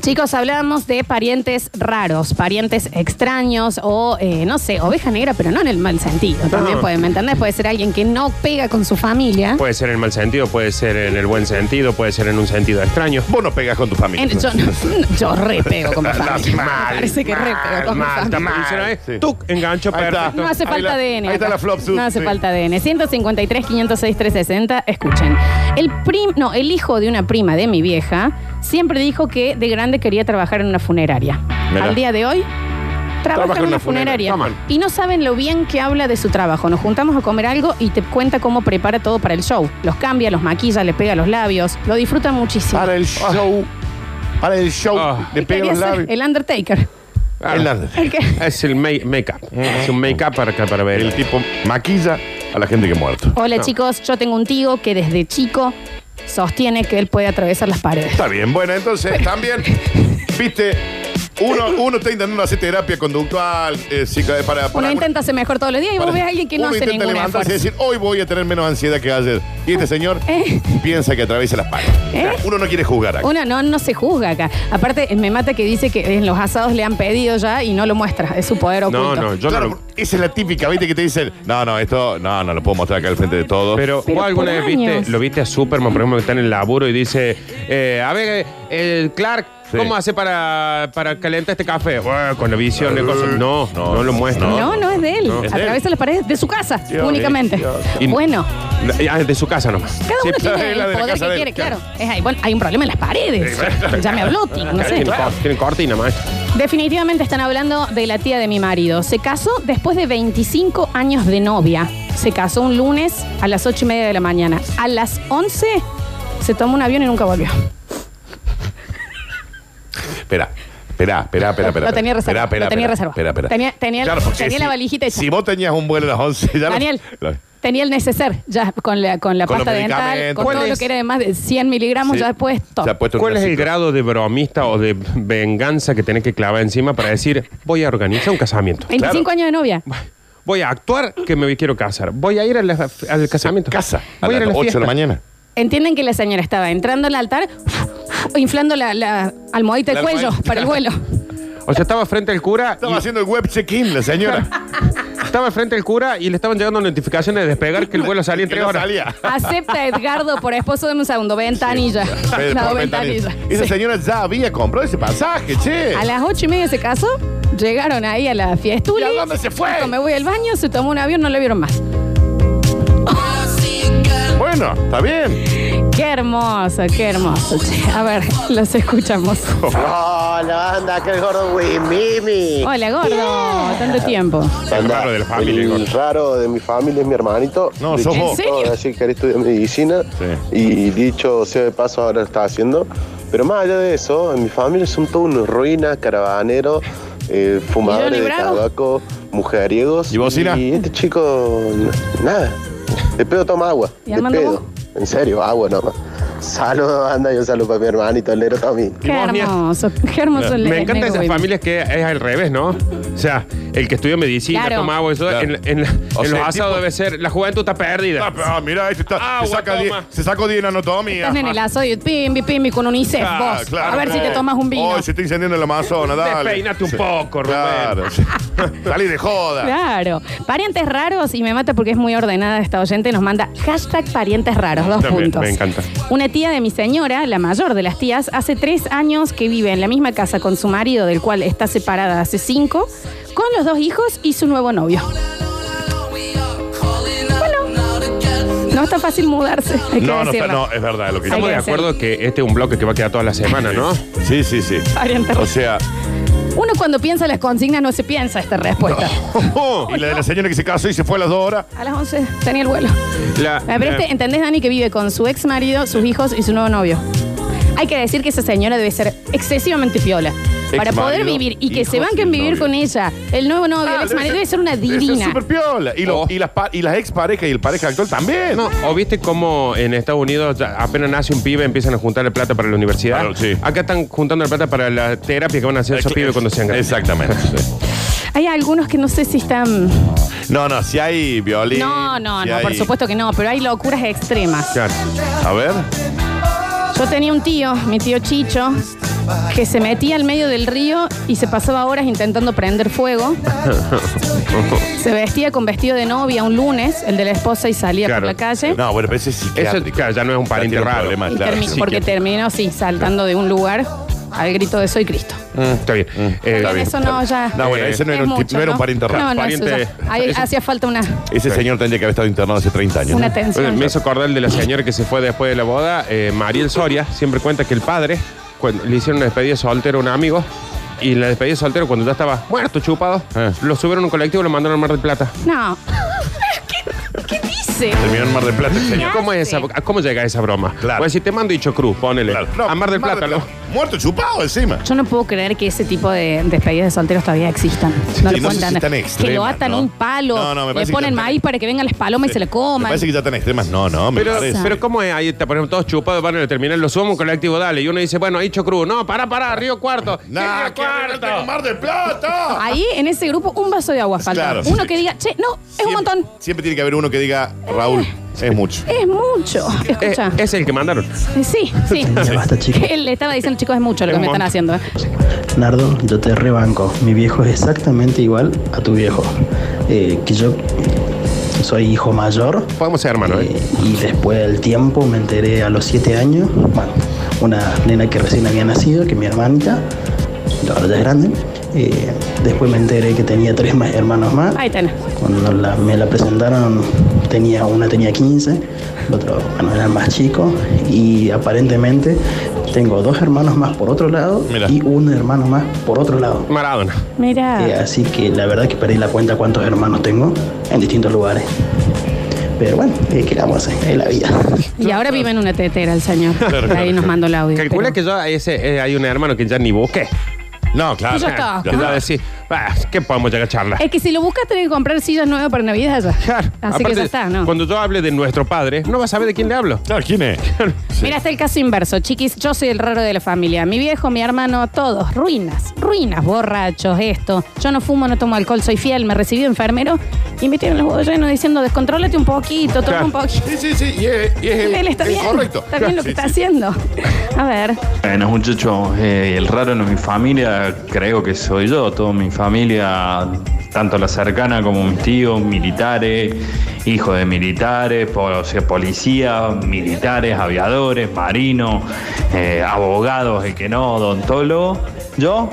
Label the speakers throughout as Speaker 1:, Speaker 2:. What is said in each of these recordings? Speaker 1: Chicos, hablamos de parientes raros, parientes extraños o, eh, no sé, oveja negra, pero no en el mal sentido. También puede, ¿me entendés? Puede ser alguien que no pega con su familia.
Speaker 2: Ah. Puede ser en mal sentido, puede ser en el buen sentido, puede ser en un sentido extraño.
Speaker 3: Vos no pegás con tu familia.
Speaker 1: En- yo, no- yo re pego con mi familia.
Speaker 2: mal,
Speaker 1: Parece que re pego con mi
Speaker 2: mal,
Speaker 1: familia.
Speaker 2: está mal.
Speaker 3: Sí.
Speaker 2: Tuc, engancho,
Speaker 3: Ahí está.
Speaker 2: perfecto.
Speaker 1: No hace
Speaker 3: Ahí
Speaker 1: falta
Speaker 3: la-
Speaker 1: ADN.
Speaker 3: ahí está
Speaker 1: acá.
Speaker 3: la flop suit,
Speaker 1: No hace
Speaker 3: sí.
Speaker 1: falta ADN. 153, 506, 360. Escuchen. El prim, no, el hijo de una prima de mi vieja siempre dijo que de grande quería trabajar en una funeraria.
Speaker 3: Mirá.
Speaker 1: Al día de hoy. Trabaja, en una funeraria.
Speaker 3: Está mal.
Speaker 1: Y no saben lo bien que habla de su trabajo. Nos juntamos a comer algo y te cuenta cómo prepara todo para el show. Los cambia, los maquilla, le pega los labios. Lo disfruta muchísimo.
Speaker 3: Para el show. Para el show.
Speaker 2: Ah.
Speaker 3: Le pego
Speaker 1: Quería
Speaker 3: los
Speaker 1: ser
Speaker 3: labios.
Speaker 1: El Undertaker.
Speaker 3: El Lander.
Speaker 1: El que-
Speaker 2: Es el make- make-up. Es un make-up para, para ver.
Speaker 3: El tipo maquilla a la gente que ha muerto.
Speaker 1: Hola chicos, yo tengo un tío que desde chico sostiene que él puede atravesar las paredes.
Speaker 3: Está bien. Bueno, entonces también, viste, uno, uno está intentando hacer terapia conductual, eh, psico- eh, para, para-
Speaker 1: Uno intenta hacer mejor todos los días y vos
Speaker 3: para-
Speaker 1: ves a alguien que no
Speaker 3: uno
Speaker 1: hace
Speaker 3: intenta
Speaker 1: ningún
Speaker 3: levantarse
Speaker 1: esfuerzo.
Speaker 3: y decir, hoy voy a tener menos ansiedad que ayer. Y este señor
Speaker 1: Eh.
Speaker 3: piensa que atraviesa las paredes.
Speaker 1: Eh.
Speaker 3: Uno no quiere jugar acá.
Speaker 1: Uno no, no se juzga acá. Aparte, me mata que dice que en los asados le han pedido ya y no lo muestra. Es su poder oculto.
Speaker 2: No, no, yo
Speaker 3: Claro,
Speaker 2: no lo-
Speaker 3: esa es la típica, viste, que te dicen, no, no, esto, no, no lo puedo mostrar acá al frente de todos.
Speaker 2: Pero,
Speaker 1: Pero
Speaker 2: vos alguna
Speaker 1: por
Speaker 2: vez viste,
Speaker 1: años.
Speaker 2: lo viste a Superman, por ejemplo, que está en el laburo y dice, eh, a ver, eh, el Clark,
Speaker 3: Sí.
Speaker 2: ¿cómo hace para, para calentar este café? Bueno, con la visión de cosas. No, no, lo muestra.
Speaker 1: No, no es de él.
Speaker 2: No.
Speaker 3: Es de él.
Speaker 1: Atraviesa las paredes de su casa
Speaker 3: Dios,
Speaker 1: únicamente.
Speaker 3: Dios.
Speaker 2: Y-
Speaker 1: Bueno,
Speaker 2: Ah, de su casa nomás.
Speaker 1: cada
Speaker 2: Sí,
Speaker 1: uno tiene
Speaker 3: pero es la
Speaker 1: el
Speaker 3: de la
Speaker 1: poder
Speaker 3: casa
Speaker 1: que
Speaker 3: de él,
Speaker 1: quiere, claro.
Speaker 3: claro.
Speaker 1: Es ahí. Bueno, hay un problema en las paredes. ya me habló, Tim, no sé.
Speaker 2: tiene, cor- tiene cortina, más.
Speaker 1: Definitivamente están hablando de la tía de mi marido. Se casó después de 25 años de novia. Se casó un lunes a las 8 y media de la mañana. A las 11 se tomó un avión y nunca volvió.
Speaker 3: Espera, espera, espera, espera.
Speaker 1: Lo tenía reservado, lo tenía reservado.
Speaker 3: Espera, espera.
Speaker 1: Tenía- tenía-
Speaker 3: porque
Speaker 1: tenía la valijita hecha.
Speaker 3: Si vos tenías un vuelo a las 11, ya lo-
Speaker 1: Daniel,
Speaker 3: lo-
Speaker 1: tenía el neceser ya con la, con la
Speaker 3: Con los
Speaker 1: pasta dental,
Speaker 3: medicamentos.
Speaker 1: con todo
Speaker 2: ¿Cuál
Speaker 1: lo
Speaker 2: es?
Speaker 1: que era de más de 100 miligramos
Speaker 3: sí,
Speaker 1: ya después todo.
Speaker 3: se ha puesto en
Speaker 2: ¿Cuál
Speaker 3: una
Speaker 2: es el
Speaker 3: psico-
Speaker 2: grado de bromista o de venganza que tenés que clavar encima para decir, voy a organizar un casamiento?
Speaker 1: 25
Speaker 3: claro.
Speaker 1: años de novia.
Speaker 2: Voy a actuar que me quiero casar. Voy a ir a la- al casamiento.
Speaker 3: Casa, a
Speaker 2: Voy
Speaker 3: las
Speaker 2: ir
Speaker 3: 8 de
Speaker 2: fiesta.
Speaker 3: la mañana.
Speaker 1: Entienden que la señora estaba entrando al altar, inflando la, la almohadita
Speaker 3: La
Speaker 1: del cuello
Speaker 3: almohadita.
Speaker 1: para el vuelo.
Speaker 2: O sea, estaba frente al cura.
Speaker 3: Estaba
Speaker 2: y-
Speaker 3: haciendo el web check-in, la señora.
Speaker 2: Estaba frente al cura y le estaban llegando notificaciones de despegar que el vuelo salía en
Speaker 3: Que
Speaker 2: tres
Speaker 3: no
Speaker 2: horas.
Speaker 3: salía.
Speaker 1: Acepta a Edgardo por esposo de un segundo. Ventanilla.
Speaker 3: Pedro,
Speaker 1: No,
Speaker 3: por
Speaker 1: ventanilla.
Speaker 3: ventanilla. Esa
Speaker 1: Sí.
Speaker 3: señora ya había comprado ese pasaje, che.
Speaker 1: A las ocho y media se casó, llegaron ahí a la fiestuli.
Speaker 3: ¿Y a dónde se fue?
Speaker 1: Dijo, Me voy al baño, se tomó un avión, no le vieron más.
Speaker 3: Bueno, está bien.
Speaker 1: Qué hermoso, qué hermoso. che. A ver, los escuchamos.
Speaker 4: Hola, anda, acá el gordo Mimi.
Speaker 1: Hola, gordo. Tanto tiempo.
Speaker 4: El
Speaker 3: raro de la familia, el
Speaker 4: El
Speaker 3: gordo.
Speaker 4: raro de mi familia es mi hermanito.
Speaker 3: No,
Speaker 4: De
Speaker 3: sos
Speaker 4: chico,
Speaker 3: vos.
Speaker 1: ¿En serio?
Speaker 4: Así que él estudia medicina.
Speaker 3: Sí.
Speaker 4: Y, y dicho sea de paso, ahora lo está haciendo. Pero más allá de eso, en mi familia son todos unos ruinas, caravaneros, eh,
Speaker 1: ¿Y
Speaker 4: fumadores
Speaker 1: Johnny
Speaker 4: de
Speaker 1: Bravo?
Speaker 4: tabaco, mujeriegos.
Speaker 3: ¿Y bocina?
Speaker 4: Y este chico, nada. De pedo toma agua.
Speaker 1: ¿Y
Speaker 4: De
Speaker 1: Armando
Speaker 4: pedo.
Speaker 1: vos?
Speaker 4: En serio, agua nomás. Saludos, anda, yo saludo para mi hermanito, el negro también.
Speaker 1: Qué
Speaker 2: Bosnia.
Speaker 1: hermoso. Qué hermoso el
Speaker 2: Me
Speaker 1: el
Speaker 2: encantan
Speaker 1: negro
Speaker 2: esas
Speaker 1: Willy.
Speaker 2: familias que es al revés, ¿no? O sea, el que estudia medicina,
Speaker 1: Claro.
Speaker 2: toma agua, eso
Speaker 3: Claro.
Speaker 2: en, en-
Speaker 3: O
Speaker 2: en
Speaker 3: sea,
Speaker 2: los asados
Speaker 3: tipo-
Speaker 2: debe ser, la juventud está perdida.
Speaker 3: Ah, mira, este está,
Speaker 2: Agua,
Speaker 3: se, saca
Speaker 2: toma.
Speaker 3: 10 se sacó 10 en anatomía.
Speaker 1: Estás en el asado y pimbi, pimbi con unicef.
Speaker 3: Ah,
Speaker 1: vos.
Speaker 3: claro.
Speaker 1: a ver si te tomas un vino.
Speaker 3: Hoy se está incendiando el Amazonas, dale.
Speaker 2: Despeínate un poco, Rubén.
Speaker 3: Claro. sí. Salí de joda.
Speaker 1: Claro. Parientes raros, y me mata porque es muy ordenada esta oyente, nos manda hashtag parientes raros, dos
Speaker 2: También,
Speaker 1: puntos.
Speaker 2: me encanta.
Speaker 1: Una tía de mi señora, la mayor de las tías, hace tres años que vive en la misma casa con su marido, del cual está separada hace cinco, con los dos hijos y su nuevo novio. Bueno, no está fácil mudarse, hay que
Speaker 3: No, no,
Speaker 1: decirlo.
Speaker 3: está- no, es verdad lo que
Speaker 1: Hay
Speaker 2: Estamos
Speaker 1: que
Speaker 2: de
Speaker 1: hacer.
Speaker 2: acuerdo que este es un bloque que va a quedar toda la semana, ¿no?
Speaker 3: Sí, sí, sí.
Speaker 1: Parientes
Speaker 3: O
Speaker 1: raros.
Speaker 3: sea,
Speaker 1: Uno cuando piensa las consignas no se piensa esta respuesta.
Speaker 3: oh, y la de la señora que se casó y se fue a las dos horas.
Speaker 1: A las 11 tenía el vuelo.
Speaker 2: La-
Speaker 1: Me parece, este, ¿entendés, Dani, que vive con su ex marido, sus hijos y su nuevo novio? Hay que decir que esa señora debe ser excesivamente piola. Para poder
Speaker 3: marido,
Speaker 1: vivir y que se
Speaker 3: hijos
Speaker 1: banquen
Speaker 3: y
Speaker 1: vivir
Speaker 3: novio. Ah,
Speaker 1: con ella, el nuevo novio, el ex marido, debe ser una
Speaker 3: Es
Speaker 1: divina.
Speaker 3: súper piola. Y, lo-
Speaker 2: Oh.
Speaker 3: y las, pa- y las ex parejas y el pareja actual también.
Speaker 2: No, o viste cómo en Estados Unidos ya apenas nace un pibe empiezan a juntarle plata para la universidad.
Speaker 3: Claro, sí.
Speaker 2: Acá están juntando la plata para la terapia que van a hacer esos
Speaker 3: Ex-
Speaker 2: pibes cuando sean grandes.
Speaker 3: Exactamente. sí.
Speaker 1: Hay algunos que no sé si están.
Speaker 3: No, no, si hay violín.
Speaker 1: No, no,
Speaker 3: si
Speaker 1: no,
Speaker 3: hay-
Speaker 1: por supuesto que no, pero hay locuras extremas.
Speaker 2: Claro.
Speaker 3: A ver.
Speaker 1: Yo tenía un tío, mi tío Chicho, que se metía al medio del río y se pasaba horas intentando prender fuego. Se vestía con vestido de novia un lunes, el de la esposa, y salía
Speaker 2: Claro.
Speaker 1: por la calle.
Speaker 3: No, bueno, pero ese es
Speaker 2: Eso
Speaker 3: psiquiátrico.
Speaker 2: claro, ya no es un
Speaker 3: Ya
Speaker 2: pariente
Speaker 3: tiene un
Speaker 2: raro.
Speaker 3: problema,
Speaker 1: Y
Speaker 3: Ah, claro,
Speaker 1: termi-
Speaker 3: sí.
Speaker 1: porque terminó, sí, saltando de un lugar al grito de soy Cristo.
Speaker 2: Mm, está bien. Eh,
Speaker 1: Bien, eso no, ya.
Speaker 3: No, bueno, ese no era,
Speaker 1: es
Speaker 3: un, tip-
Speaker 1: mucho,
Speaker 3: no era un pariente raro.
Speaker 1: No, no, eso
Speaker 2: Pariente-
Speaker 1: ya- ahí
Speaker 2: eso-
Speaker 1: hacía falta una,
Speaker 3: Ese señor tendría que haber estado internado hace 30 años.
Speaker 1: una
Speaker 3: ¿no?
Speaker 2: Bueno,
Speaker 1: tensión.
Speaker 2: Me hizo acordar el de la señora que se fue después de la boda, eh, Mariel Soria, siempre cuenta que el padre, cuando le hicieron una despedida de soltero a un amigo, y la despedida de soltero cuando ya estaba muerto, chupado,
Speaker 3: Eh.
Speaker 2: lo subieron a un colectivo y lo mandaron al Mar del Plata.
Speaker 1: No. ¿Qué, qué dice?
Speaker 3: Terminó en Mar del Plata el señor.
Speaker 2: ¿Cómo, es esa, ¿Cómo llega esa broma?
Speaker 3: Claro.
Speaker 2: Pues si te mando Dicho Cruz, ponele.
Speaker 3: Claro. No,
Speaker 2: a Mar del Plata, ¿no?
Speaker 3: Muerto, chupado encima.
Speaker 1: Yo no puedo creer que ese tipo de despedidas de solteros todavía existan.
Speaker 3: Sí,
Speaker 1: No lo
Speaker 3: no
Speaker 1: puedo
Speaker 3: sé si
Speaker 1: entender.
Speaker 3: tan
Speaker 1: que lo
Speaker 3: extremas,
Speaker 1: atan a
Speaker 3: ¿no?
Speaker 1: un palo,
Speaker 3: No, no, me
Speaker 1: le
Speaker 3: parece que
Speaker 1: ponen
Speaker 3: tan-
Speaker 1: maíz para que vengan las palomas y se la
Speaker 3: Me
Speaker 1: coman.
Speaker 3: parece que ya están extremas. No, no, me
Speaker 2: Pero,
Speaker 3: parece.
Speaker 2: pero ¿cómo es? Ahí te ponemos todos chupados, van a terminar, lo subo a un colectivo, dale. Y uno dice, bueno, Dicho Cruz, no, para, para, Río Cuarto.
Speaker 3: No,
Speaker 2: Sí,
Speaker 3: que arreglaste con Mar del Plata!
Speaker 1: Ahí, en ese grupo, un vaso de agua falta.
Speaker 3: Claro,
Speaker 1: Uno
Speaker 3: sí.
Speaker 1: que diga, che, no, es un
Speaker 3: Siempre-
Speaker 1: montón. Eh.
Speaker 3: Siempre tiene que haber uno que diga, Raúl, es mucho.
Speaker 1: Es mucho.
Speaker 2: Es,
Speaker 3: Eh,
Speaker 1: Escucha.
Speaker 2: Eh, es el que mandaron.
Speaker 1: Sí, sí.
Speaker 5: Ya basta, chicos.
Speaker 1: Él le estaba diciendo, chicos, es mucho lo
Speaker 2: Es
Speaker 1: que
Speaker 2: un
Speaker 1: me están haciendo.
Speaker 2: montón.
Speaker 1: ¿eh?
Speaker 5: Nardo, yo te rebanco. Mi viejo es exactamente igual a tu viejo. Eh, que yo soy hijo mayor.
Speaker 2: Podemos ser hermanos, ¿eh?
Speaker 5: eh, y después del tiempo me enteré a los 7 años. Bueno, una nena que recién había nacido, que es mi hermanita, que ahora ya es grande. eh, después me enteré que tenía tres más hermanos más.
Speaker 1: Ahí tenés.
Speaker 5: Cuando la- me la presentaron, tenía una tenía 15, el otro bueno, era más chico y aparentemente tengo dos hermanos más por otro lado
Speaker 3: Mira.
Speaker 5: y un hermano más por otro lado.
Speaker 2: Maradona.
Speaker 5: Eh,
Speaker 1: Mira.
Speaker 5: así que la verdad que perdí la cuenta cuántos hermanos tengo en distintos lugares. Pero bueno, eh, ¿qué le vamos a hacer? Es la vida.
Speaker 1: Y ahora vive en una tetera el señor.
Speaker 3: Claro,
Speaker 1: Ahí
Speaker 3: claro.
Speaker 1: nos mandó el audio.
Speaker 2: Calcula que yo a ese, eh, hay un hermano que ya ni busqué.
Speaker 3: No, claro.
Speaker 1: Y Pues ya está. Ah.
Speaker 2: Que ya decís, "Bah, ¿qué podemos llegar a charlar?
Speaker 1: Es que si lo buscas tenés que comprar sillas nuevas para Navidad allá.
Speaker 2: Claro.
Speaker 1: Así que
Speaker 2: Aparte,
Speaker 1: ya está, ¿no?
Speaker 2: Cuando yo hable de nuestro padre, no vas a saber de quién le hablo.
Speaker 3: Claro, ¿quién es?
Speaker 1: Mira, está el caso inverso, chiquis. Yo soy el raro de la familia. Mi viejo, mi hermano, todos. Ruinas, ruinas, borrachos, esto. Yo no fumo, no tomo alcohol, soy fiel, me recibí de enfermero y me tienen los huevos llenos diciendo, descontrólate un poquito, toma
Speaker 2: Claro.
Speaker 1: un poquito.
Speaker 3: Sí, sí, sí. Y es, y es el,
Speaker 1: Él está
Speaker 3: el
Speaker 1: bien.
Speaker 3: correcto.
Speaker 1: Está bien lo que
Speaker 3: Sí,
Speaker 1: está
Speaker 3: sí.
Speaker 1: haciendo. A ver.
Speaker 6: Bueno, muchachos, eh, el raro en mi familia creo que soy yo. Toda mi familia, tanto la cercana como mis tíos, militares, hijos de militares, po- o sea, policías, militares, aviadores, marinos, eh, abogados, el que no, odontólogo. Yo,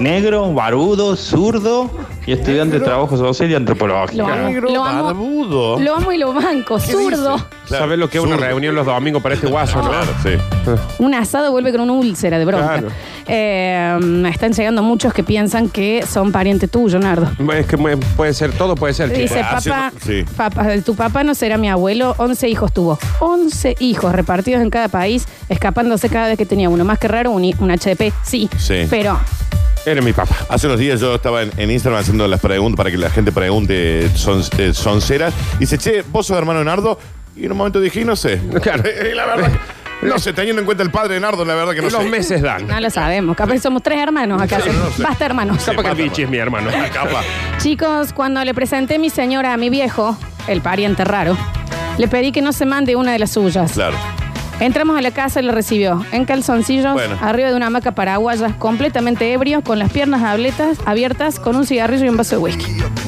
Speaker 6: negro, barudo, zurdo y estudiante de trabajo social y antropología.
Speaker 1: Lo amo.
Speaker 3: Negro,
Speaker 1: Lo amo,
Speaker 3: barbudo.
Speaker 1: lo amo y lo banco.
Speaker 3: ¿Qué dice?
Speaker 1: Zurdo.
Speaker 3: Claro,
Speaker 2: ¿Sabes lo que es una
Speaker 3: zurdo.
Speaker 2: reunión los domingos para este guaso, no?
Speaker 3: Claro, sí.
Speaker 1: Un asado vuelve con una úlcera de bronca.
Speaker 2: Claro.
Speaker 1: Eh, están llegando muchos que piensan que son pariente tuyo, Nardo.
Speaker 2: Es que me- puede ser, todo puede ser. chico.
Speaker 1: Dice,
Speaker 3: Ah, sí,
Speaker 1: papá,
Speaker 3: sí.
Speaker 1: papá, tu papá no será mi abuelo, 11 hijos tuvo. 11 hijos repartidos en cada país, escapándose cada vez que tenía uno. Más que raro, un, i- un HDP, sí.
Speaker 3: Sí.
Speaker 1: Pero,
Speaker 2: Eres mi papá.
Speaker 3: Hace unos días yo estaba en, en Instagram haciendo las preguntas para que la gente pregunte son, eh, sonceras. Y dice, che, ¿vos sos hermano de Nardo? Y en un momento dije, y no sé.
Speaker 2: Claro.
Speaker 3: Y la verdad, que- no sé, teniendo en cuenta el padre de Nardo, la verdad que no
Speaker 2: Los
Speaker 3: sé.
Speaker 2: meses dan.
Speaker 1: no lo sabemos. Capaz somos tres hermanos acá.
Speaker 3: Sí, no sé.
Speaker 1: Basta, hermanos.
Speaker 2: Capaz que el
Speaker 3: bárbaro.
Speaker 2: bichi es mi hermano.
Speaker 3: Capaz.
Speaker 1: Chicos, cuando le presenté a mi señora a mi viejo, el pariente raro, le pedí que no se mande una de las suyas.
Speaker 3: Claro.
Speaker 1: Entramos a la casa y lo recibió en calzoncillos,
Speaker 3: Bueno.
Speaker 1: arriba de una hamaca paraguaya, completamente ebrio, con las piernas abletas- abiertas, con un cigarrillo y un vaso de whisky.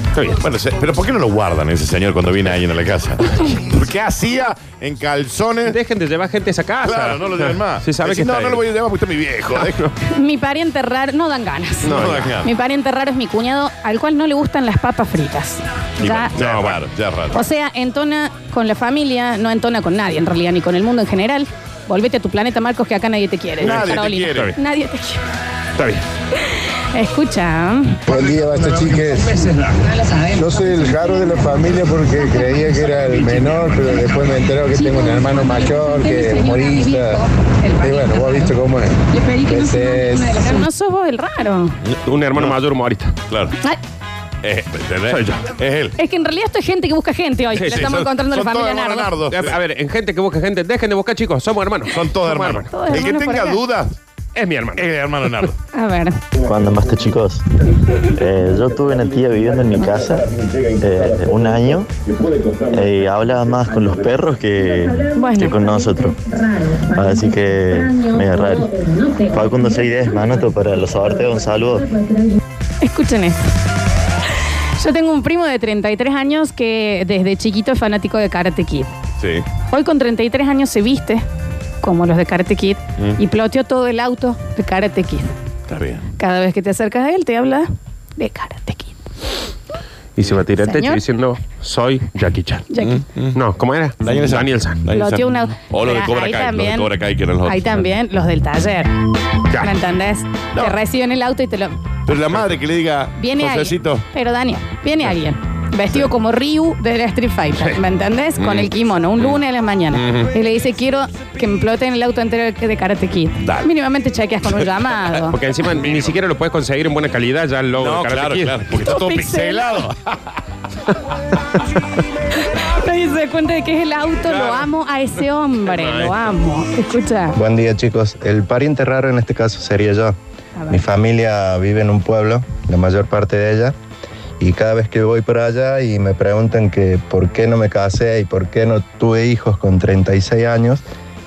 Speaker 2: Está bien.
Speaker 3: Bueno, se- pero ¿por qué no lo guardan ese señor cuando viene alguien a la casa? ¿Por qué hacía en calzones?
Speaker 2: Dejen de llevar gente a esa casa.
Speaker 3: Claro, no lo lleven más.
Speaker 2: Sí, sabe
Speaker 3: Decís,
Speaker 2: que
Speaker 3: no,
Speaker 2: está
Speaker 3: no lo voy a llevar porque está mi viejo. déjalo.
Speaker 1: Mi pariente raro, no dan ganas.
Speaker 3: No, no, no.
Speaker 1: Mi pariente raro es mi cuñado, al cual no le gustan las papas fritas.
Speaker 3: Y
Speaker 1: Ya-
Speaker 3: bueno, ya es raro, ya es raro.
Speaker 1: o sea, entona con la familia, no entona con nadie en realidad, ni con el mundo en general. Volvete a tu planeta, Marcos, que acá nadie te quiere.
Speaker 3: Nadie te
Speaker 1: Carolina.
Speaker 3: quiere.
Speaker 1: Nadie te quiere.
Speaker 2: Está bien.
Speaker 1: Escucha.
Speaker 7: Buen día, basta chiques. Yo soy el raro de la familia porque creía que era el menor, pero después me enteró que tengo un hermano mayor, que es humorista. Y bueno, vos has visto cómo es. Ese es.
Speaker 1: Pero no sos vos el raro.
Speaker 2: Un hermano mayor morita.
Speaker 3: Claro.
Speaker 1: Ay,
Speaker 3: Eh, ¿entendés?
Speaker 2: Soy yo.
Speaker 3: Es él.
Speaker 1: es que en realidad esto es gente que busca gente hoy.
Speaker 3: Sí,
Speaker 1: Le
Speaker 3: sí,
Speaker 1: estamos
Speaker 3: son-
Speaker 1: encontrando la
Speaker 3: son
Speaker 1: familia
Speaker 3: todos hermanos
Speaker 1: Nardo.
Speaker 3: Nardo.
Speaker 2: A ver, en gente que busca gente, dejen de buscar, chicos. Somos hermanos.
Speaker 3: Son todos hermanos.
Speaker 1: Todos
Speaker 3: El que
Speaker 1: hermanos por
Speaker 3: tenga
Speaker 1: acá.
Speaker 3: dudas,
Speaker 2: Es mi hermano.
Speaker 3: El hermano Nardo.
Speaker 1: A ver.
Speaker 8: Cuando más te chicos? Eh, yo tuve una tía viviendo en mi casa eh, un año eh, y hablaba más con los perros que, que con nosotros. Así que medio raro. Facundo 610, manoto para los sorteos, un saludo.
Speaker 1: Escuchen esto. Yo tengo un primo de 33 años que desde chiquito es fanático de Karate Kid.
Speaker 3: Sí.
Speaker 1: Hoy con 33 años se viste como los de Karate Kid
Speaker 3: Mm.
Speaker 1: y ploteó todo el auto de Karate Kid.
Speaker 3: Está bien.
Speaker 1: Cada vez que te acercas a él te habla de Karate Kid.
Speaker 2: Y se va a tirar al techo
Speaker 1: Señor.
Speaker 2: diciendo, soy Jackie Chan.
Speaker 1: Jackie.
Speaker 3: Mm.
Speaker 2: No, ¿cómo era?
Speaker 3: Daniel San.
Speaker 2: Daniel San.
Speaker 3: Daniel
Speaker 1: Ploteó
Speaker 3: San.
Speaker 1: un auto.
Speaker 3: O lo de
Speaker 1: Mira,
Speaker 3: Cobra
Speaker 1: ahí
Speaker 3: Kai, lo de
Speaker 1: también-
Speaker 3: Cobra Kai, que eran los
Speaker 1: Ahí
Speaker 3: otros.
Speaker 1: también los del taller.
Speaker 2: Ya.
Speaker 1: ¿Me entendés?
Speaker 3: No.
Speaker 1: Te reciben el auto y te lo.
Speaker 3: Pero la madre que le diga,
Speaker 1: Viene
Speaker 3: Josecito,
Speaker 1: alguien. Pero Daniel, viene alguien. Vestido como Ryu de la Street Fighter, ¿me entendés? Con
Speaker 3: Mm.
Speaker 1: el kimono, un lunes a la mañana. Y le dice, quiero que me ploten el auto entero de Karate Kid.
Speaker 3: Dale.
Speaker 1: Mínimamente chequeas con un llamado.
Speaker 2: Porque encima ni siquiera lo puedes conseguir en buena calidad ya el logo
Speaker 3: No,
Speaker 2: de Karate
Speaker 3: claro,
Speaker 2: Kid.
Speaker 3: claro. Porque está todo
Speaker 1: Pixelado.
Speaker 3: pixelado.
Speaker 1: Nadie se da cuenta de que es el auto, lo amo a ese hombre, lo amo. Escucha.
Speaker 9: Buen día chicos. El pariente raro en este caso sería yo.
Speaker 1: A ver.
Speaker 9: Mi familia vive en un pueblo, la mayor parte de ella, y cada vez que voy para allá y me preguntan que por qué no me casé y por qué no tuve hijos con 36 años,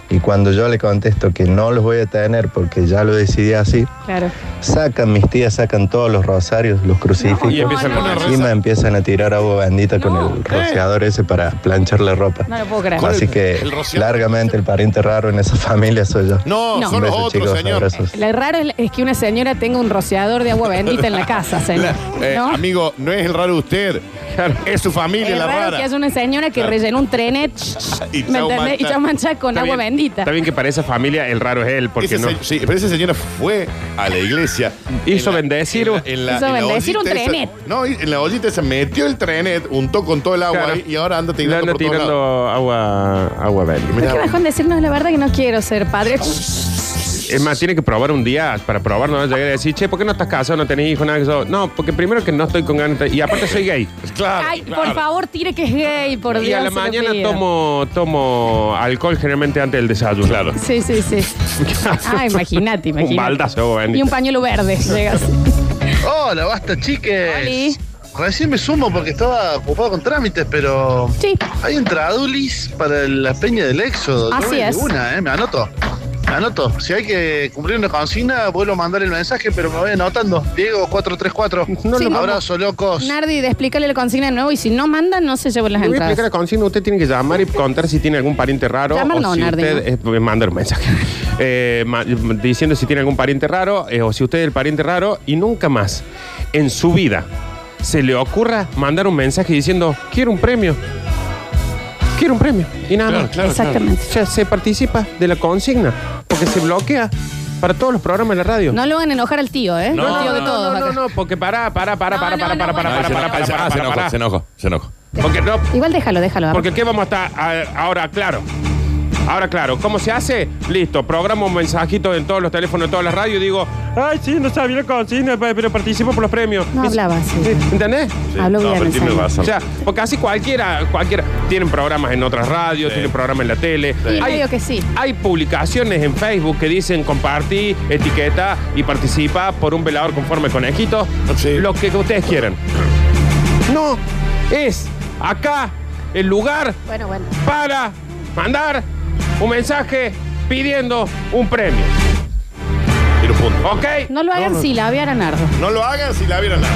Speaker 9: y cuando yo le contesto que no los voy a tener porque ya lo decidí así,
Speaker 1: Claro.
Speaker 9: sacan mis tías, sacan todos los rosarios, los crucifican
Speaker 2: Y empiezan
Speaker 1: no,
Speaker 2: con
Speaker 1: no,
Speaker 2: una
Speaker 9: encima empiezan a tirar agua bendita
Speaker 1: No.
Speaker 9: con el rociador ese para planchar la ropa.
Speaker 1: No lo puedo creer.
Speaker 9: Así que
Speaker 3: el rociador?
Speaker 9: largamente el pariente raro en esa familia soy yo.
Speaker 3: No,
Speaker 1: No.
Speaker 3: son los
Speaker 9: Un beso,
Speaker 3: otros,
Speaker 9: chicos,
Speaker 3: señor.
Speaker 9: abrazos.
Speaker 1: Lo raro es- es que una señora tenga un rociador de agua bendita en la casa, señor.
Speaker 3: La- eh,
Speaker 1: ¿No?
Speaker 3: Amigo, no es el raro usted. Es su familia
Speaker 1: Es
Speaker 3: la
Speaker 1: raro
Speaker 3: rara. Ah,
Speaker 1: que haya una señora que rellenó un trenet
Speaker 3: Y
Speaker 1: ¿me entendés?
Speaker 3: chau,
Speaker 1: Y
Speaker 3: mancha.
Speaker 1: chau mancha con
Speaker 2: Está
Speaker 1: agua
Speaker 2: bien,
Speaker 1: bendita.
Speaker 2: Está bien que para esa familia el raro es él, porque
Speaker 3: Ese
Speaker 2: no.
Speaker 3: se- sí, pero esa señora fue a la iglesia.
Speaker 2: Hizo
Speaker 3: En la-
Speaker 2: bendecir.
Speaker 3: en la- en la-
Speaker 1: Hizo
Speaker 3: en la
Speaker 1: bendecir un
Speaker 3: ollita esa-
Speaker 1: trenet.
Speaker 3: no, y en la ollita se metió el trenet, untó con todo el agua
Speaker 2: Claro.
Speaker 3: ahí, y ahora anda
Speaker 2: Le
Speaker 3: tirando.
Speaker 2: anda
Speaker 3: por todos lados.
Speaker 2: tirando agua, agua verde.
Speaker 1: ¿Por qué bajón decirnos la verdad que no quiero ser padre?
Speaker 2: Es más, tiene que probar un día para probar, no va a llegar a decir, che, ¿por qué no estás casado, no tenés hijos, nada de eso? No, porque primero que no estoy con ganas, y aparte soy gay.
Speaker 3: Claro.
Speaker 1: Ay,
Speaker 3: claro.
Speaker 1: por favor, tire que es gay, por Dios.
Speaker 2: Y a la
Speaker 1: se lo
Speaker 2: mañana
Speaker 1: pido.
Speaker 2: tomo, tomo alcohol generalmente antes del desayuno. Claro.
Speaker 1: Sí, sí, sí. Ah, imagínate, imagínate.
Speaker 2: Un baldazo de agua bendita.
Speaker 1: Y un pañuelo verde. Llegas.
Speaker 10: Hola, basta chiques.
Speaker 1: Oli.
Speaker 10: Recién me sumo porque estaba ocupado con trámites, pero
Speaker 1: Sí.
Speaker 10: hay un tradulis para la peña del éxodo. Yo
Speaker 1: Así
Speaker 10: voy de
Speaker 1: es.
Speaker 10: Una, eh, me anoto. Me anoto. Si hay que cumplir una consigna, vuelvo a mandar el mensaje, pero me voy anotando. Diego 434.
Speaker 2: No
Speaker 1: lo-
Speaker 10: Abrazo, locos.
Speaker 1: Nardi, de explícale la consigna de nuevo y si no manda, no se llevan las
Speaker 2: Le voy a explicar la
Speaker 1: entradas.
Speaker 2: consigna. Usted tiene que llamar y contar si tiene algún pariente raro.
Speaker 1: Llamar no,
Speaker 2: o si
Speaker 1: Nardi,
Speaker 2: usted, eh, mandar un mensaje. Eh, ma- diciendo si tiene algún pariente raro eh, o si usted es el pariente raro y nunca más en su vida se le ocurra mandar un mensaje diciendo quiero un premio. Quiero un premio. Y nada más.
Speaker 1: Exactamente.
Speaker 2: O sea, se participa de la consigna porque se bloquea para todos los programas de la radio.
Speaker 1: No lo van a enojar al tío, ¿eh?
Speaker 3: No,
Speaker 1: al tío de todos.
Speaker 2: no, no,
Speaker 1: acá.
Speaker 2: no, porque pará, pará, pará,
Speaker 1: No,
Speaker 2: pará,
Speaker 1: no,
Speaker 2: pará,
Speaker 1: no,
Speaker 2: pará,
Speaker 1: bueno.
Speaker 2: pará,
Speaker 3: Ah, se enoja,
Speaker 2: pará, pará,
Speaker 3: se enoja,
Speaker 2: pará,
Speaker 3: se enoja,
Speaker 2: pará.
Speaker 3: se enoja, se enoja.
Speaker 2: Porque no,
Speaker 1: Igual déjalo, déjalo.
Speaker 2: Porque qué vamos a estar a- ahora claro. Ahora claro, ¿cómo se hace? Listo, programo un mensajito en todos los teléfonos, en todas las radios y digo, ay, sí, no sabía la consigna, pe- pero participo por los premios.
Speaker 1: No
Speaker 2: Y-
Speaker 1: hablaba así.
Speaker 2: ¿Sí? ¿Entendés?
Speaker 3: Sí,
Speaker 1: Hablo
Speaker 3: no,
Speaker 1: bien,
Speaker 3: pero
Speaker 1: en
Speaker 3: tiene
Speaker 1: serio.
Speaker 3: razón.
Speaker 2: O sea, porque así cualquiera, cualquiera, tienen programas en otras radios, tienen programas en la tele.
Speaker 1: Sí, medio que sí.
Speaker 2: Hay publicaciones en Facebook que dicen compartí, etiqueta y participa por un velador conforme conejitos,
Speaker 3: Sí.
Speaker 2: lo que ustedes quieran. No, es acá el lugar
Speaker 1: Bueno, bueno.
Speaker 2: para mandar un mensaje pidiendo un premio.
Speaker 3: Tira un punto.
Speaker 2: ¿Ok?
Speaker 1: No lo hagan si la vean a Nardo.
Speaker 3: No lo hagan si la vieron nada.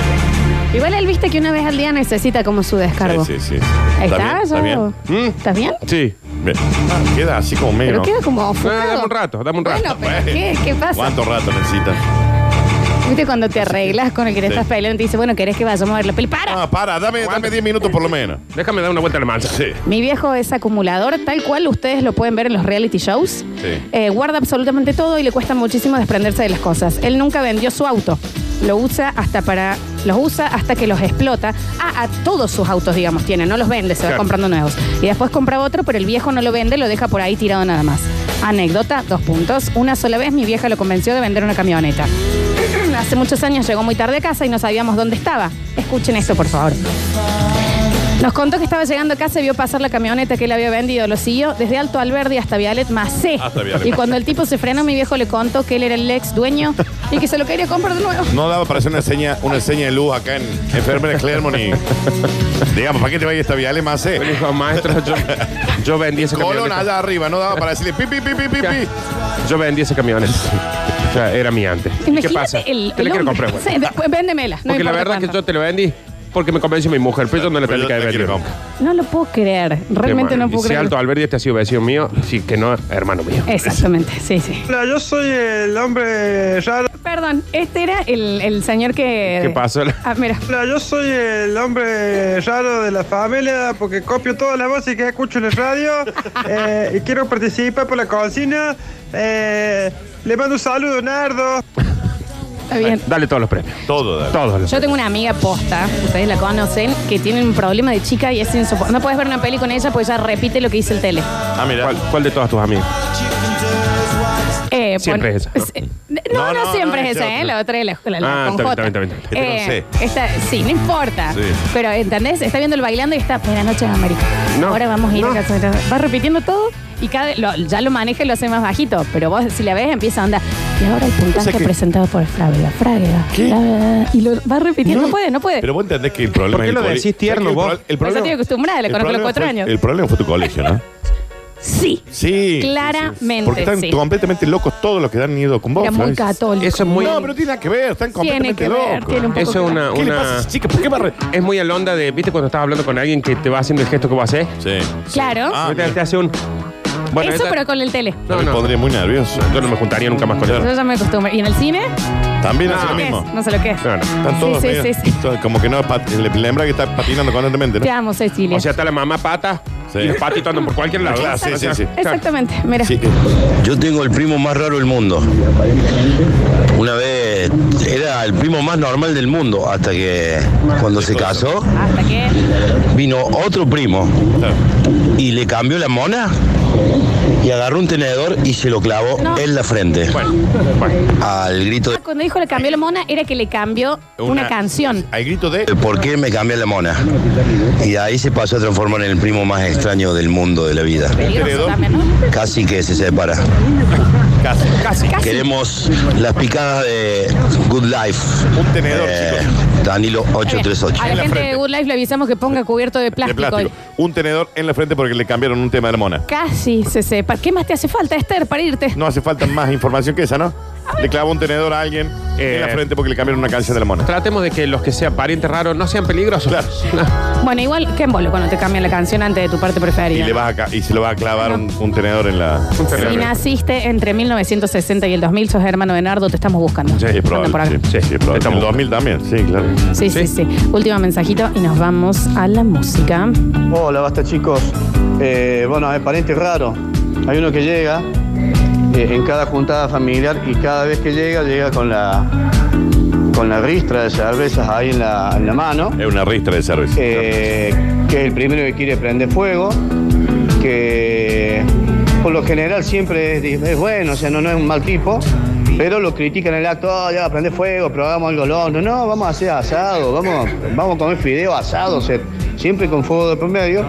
Speaker 1: Igual él viste que una vez al día necesita como su descargo.
Speaker 3: Sí, sí, sí.
Speaker 1: Ahí
Speaker 3: bien,
Speaker 1: está,
Speaker 3: está
Speaker 1: yo-
Speaker 3: bien.
Speaker 2: bien.
Speaker 1: ¿Estás bien?
Speaker 2: Sí.
Speaker 3: Bien. Ah, Queda así como
Speaker 1: Pero
Speaker 3: menos.
Speaker 1: queda como
Speaker 2: No,
Speaker 1: ofuscado.
Speaker 2: dame un rato, dame un rato.
Speaker 1: Bueno, pero ¿qué, qué pasa?
Speaker 3: ¿Cuánto rato necesitas?
Speaker 1: ¿Viste cuando te arreglas con el que te
Speaker 3: Sí.
Speaker 1: estás peleando y te dice, bueno, querés que vayamos a ver la peli? ¡Para!
Speaker 3: Ah, para, dame
Speaker 2: ¿Cuánto?
Speaker 3: dame 10 minutos por lo menos.
Speaker 2: Déjame dar una vuelta a la mancha.
Speaker 3: Sí.
Speaker 1: Mi viejo es acumulador, tal cual ustedes lo pueden ver en los reality shows.
Speaker 3: Sí.
Speaker 1: Eh, guarda absolutamente todo y le cuesta muchísimo desprenderse de las cosas. Él nunca vendió su auto. Lo usa hasta para. Los usa hasta que los explota. Ah, a todos sus autos, digamos, tiene. No los vende, se va
Speaker 2: Claro.
Speaker 1: comprando nuevos. Y después compra otro, pero el viejo no lo vende, lo deja por ahí tirado nada más. Anécdota, dos puntos. Una sola vez mi vieja lo convenció de vender una camioneta. Hace muchos años llegó muy tarde a casa y no sabíamos dónde estaba. Escuchen esto, por favor. Nos contó que estaba llegando acá, se vio pasar la camioneta que él había vendido, lo siguió desde Alto Alberdi hasta Vialet Macé.
Speaker 3: Hasta Vialet
Speaker 1: Y
Speaker 3: Macé.
Speaker 1: cuando el tipo se frenó, mi viejo le contó que él era el ex dueño y que se lo quería comprar de nuevo.
Speaker 3: No daba para hacer una seña, una seña de luz acá en Enfermera Clermont y. Digamos, ¿para qué te vaya esta viale más? Eh?
Speaker 2: Le dijo, maestro, yo, yo vendí ese
Speaker 3: Colón
Speaker 2: camioneta.
Speaker 3: allá arriba, no daba para decirle pi, pi, pi, pi, pi, pi.
Speaker 2: Yo vendí ese camioneta. O sea, era mi antes. ¿Y
Speaker 1: Imagínate
Speaker 2: ¿Qué pasa?
Speaker 1: el-
Speaker 2: te
Speaker 1: el
Speaker 2: la quiero
Speaker 1: hombre.
Speaker 2: comprar, güey.
Speaker 1: Sí, después véndemela. No
Speaker 2: Porque la
Speaker 1: importa
Speaker 2: verdad es que
Speaker 1: cuánto.
Speaker 2: yo te lo vendí porque me convenció mi mujer, pero yo no le
Speaker 3: Pero yo
Speaker 2: tenía que
Speaker 3: te
Speaker 2: vender.
Speaker 3: quiero
Speaker 1: No lo puedo creer. Realmente no puedo
Speaker 2: Si
Speaker 1: creer.
Speaker 2: Alto Alberdi este ha sido vecino mío, sí que no, hermano mío.
Speaker 1: Exactamente, sí, sí.
Speaker 11: Hola, yo soy el hombre raro.
Speaker 1: Perdón, este era el, el señor que.
Speaker 2: ¿Qué pasó?
Speaker 1: Ah, mira.
Speaker 11: Hola, yo soy el hombre raro de la familia porque copio todas las voces que escucho en la radio eh, y quiero participar por la cocina. Eh, le mando un saludo, Nardo.
Speaker 1: Está bien.
Speaker 2: Dale todos los premios.
Speaker 3: Todo, dale.
Speaker 2: Todos los
Speaker 1: Yo tengo una amiga posta, ustedes la conocen, que tiene un problema de chica y es insoportable. No puedes ver una peli con ella porque ella repite lo que dice el tele.
Speaker 3: Ah, mira.
Speaker 2: ¿Cuál, cuál de todas tus amigas?
Speaker 1: Eh,
Speaker 2: Siempre es esa.
Speaker 1: Eh, No, no,
Speaker 3: No, no,
Speaker 1: siempre
Speaker 3: no,
Speaker 1: es
Speaker 3: es
Speaker 1: esa,
Speaker 3: otra.
Speaker 1: ¿eh? La otra es la, la, la
Speaker 2: Ah,
Speaker 1: con
Speaker 2: está bien,
Speaker 1: J.
Speaker 2: está bien, está
Speaker 3: bien, está bien.
Speaker 1: Eh, está- sí, no importa.
Speaker 3: Sí.
Speaker 1: Pero, ¿entendés? Está viendo el bailando y está, buenas noches, América.
Speaker 2: No.
Speaker 1: Ahora vamos a ir
Speaker 2: No.
Speaker 1: a casa de la-". Va repitiendo todo y cada, lo- ya lo maneja y lo hace más bajito. Pero vos, si la ves, empieza a andar. Y ahora el puntaje
Speaker 3: O sea que-
Speaker 1: presentado por Frávega, Frávega.
Speaker 3: ¿Qué?
Speaker 1: Frávega". Y lo va repitiendo. No, puede, no puede.
Speaker 3: Pero vos entendés que el problema
Speaker 2: ¿Por qué
Speaker 3: es el
Speaker 2: lo
Speaker 3: colegio.
Speaker 2: decís tierno,
Speaker 3: ¿Sabés que el pro-
Speaker 2: vos?
Speaker 3: El
Speaker 1: Pues yo
Speaker 3: problema,
Speaker 1: estoy acostumbrada, la
Speaker 3: el
Speaker 1: conozco a los
Speaker 3: problema
Speaker 1: cuatro
Speaker 3: fue-
Speaker 1: años.
Speaker 3: El problema fue tu colegio, ¿no?
Speaker 1: Sí.
Speaker 3: Sí.
Speaker 1: Claramente,
Speaker 3: Porque están
Speaker 1: sí.
Speaker 3: completamente locos todos los que dan nido con vos.
Speaker 1: Era muy
Speaker 3: Flores.
Speaker 1: católico.
Speaker 2: Eso es muy-
Speaker 3: No, pero tiene nada que ver,
Speaker 1: Tiene
Speaker 3: están completamente
Speaker 1: que ver,
Speaker 3: locos.
Speaker 1: tiene un poco
Speaker 2: Eso es una.
Speaker 3: ¿Qué le
Speaker 2: una-
Speaker 3: pasa a esa chica? ¿Por qué barre?
Speaker 2: Es muy al onda de, ¿viste? Cuando estás hablando con alguien que te va haciendo el gesto que vos haces.
Speaker 3: Sí.
Speaker 1: Claro.
Speaker 3: Ah,
Speaker 2: te,
Speaker 3: mira.
Speaker 2: te hace un. Bueno,
Speaker 1: Eso,
Speaker 2: esta-
Speaker 1: pero con el tele.
Speaker 3: No,
Speaker 2: No,
Speaker 3: me
Speaker 2: no.
Speaker 3: pondría muy nervioso.
Speaker 2: Yo no me juntaría nunca más con él.
Speaker 1: Yo ya me acostumbré. ¿Y en el cine?
Speaker 3: También
Speaker 2: No.
Speaker 3: hace lo
Speaker 1: ¿Qué es?
Speaker 3: Ah, mismo.
Speaker 1: No sé lo que es.
Speaker 2: No, no.
Speaker 3: Están
Speaker 1: Sí,
Speaker 3: todos
Speaker 1: sí,
Speaker 3: medio-
Speaker 1: sí, sí.
Speaker 3: todos como que no, pat- le le lembra que está patinando constantemente, ¿no?
Speaker 1: Te amo, Cecilia.
Speaker 2: O sea, está la mamá pata
Speaker 3: Sí.
Speaker 2: y los patitos andan por cualquier lado.
Speaker 3: Ah, sí,
Speaker 2: O sea,
Speaker 3: sí, sí.
Speaker 2: claro.
Speaker 1: Exactamente. Mira.
Speaker 3: Sí. eh,
Speaker 9: Yo tengo el primo más raro del mundo. Una vez era el primo más normal del mundo hasta que cuando se casó
Speaker 1: Hasta que.
Speaker 9: vino otro primo
Speaker 3: Claro.
Speaker 9: y le cambió la mona y agarró un tenedor y se lo clavó
Speaker 1: No.
Speaker 9: en la frente.
Speaker 2: Bueno, bueno.
Speaker 9: Al grito
Speaker 1: Ah, Cuando dijo le cambió la mona, era que le cambió una, canción.
Speaker 3: Hay grito de.
Speaker 9: de ¿por qué me cambié la mona? Y de ahí se pasó a transformar en el primo más extraño del mundo de la vida.
Speaker 1: Peligroso
Speaker 3: Tenedor.
Speaker 1: también, ¿no?
Speaker 9: Casi que se separa.
Speaker 3: Casi, casi.
Speaker 1: Casi.
Speaker 9: Queremos las picadas de Good Life. Eh,
Speaker 3: Un tenedor, chicos.
Speaker 9: Danilo
Speaker 1: Está bien. A
Speaker 9: 838.
Speaker 1: la,
Speaker 3: En la
Speaker 1: gente
Speaker 3: frente.
Speaker 1: de Good Life le avisamos que ponga cubierto de
Speaker 3: De
Speaker 1: plástico.
Speaker 3: plástico. Un tenedor en la frente porque le cambiaron un tema de la mona.
Speaker 1: Casi se sepa. ¿Qué más te hace falta, Esther, para irte?
Speaker 3: No hace falta más información que esa, ¿no? Le clavó un tenedor a alguien en
Speaker 2: Eh.
Speaker 3: la frente porque le cambiaron una canción de la mona.
Speaker 2: Tratemos de que los que sean parientes raros no sean peligrosos.
Speaker 3: Claro.
Speaker 1: Bueno, igual, ¿qué embolo cuando te cambian la canción antes de tu parte
Speaker 3: Y,
Speaker 1: preferida?
Speaker 3: le vas a ca- y se lo va a clavar un, un tenedor en la.
Speaker 2: Un
Speaker 3: en la
Speaker 1: Si
Speaker 2: tenedor.
Speaker 3: frente.
Speaker 1: naciste entre 1960 y el 2000, sos hermano de Nardo, te estamos buscando.
Speaker 3: Sí, es
Speaker 1: Anda por acá.
Speaker 3: probable. Sí, sí, es probable.
Speaker 2: Estamos-
Speaker 3: El 2000 también, sí, claro.
Speaker 1: Sí, sí, sí. Último mensajito y nos vamos a la música.
Speaker 12: Hola, basta chicos. Eh, bueno, es pariente raro. Hay uno que llega eh, en cada juntada familiar y cada vez que llega, llega con la, con la ristra de cervezas ahí en la, en la mano,
Speaker 3: Es una ristra de cerveza.
Speaker 12: eh, que es el primero que quiere prender fuego, que por lo general siempre es, es bueno, o sea, no, no es un mal tipo. Pero lo critican en el acto, "Ah, ya, prende fuego, probamos algo al horno. No, vamos a hacer asado, vamos, vamos a comer fideo asado, o sea, siempre con fuego de promedio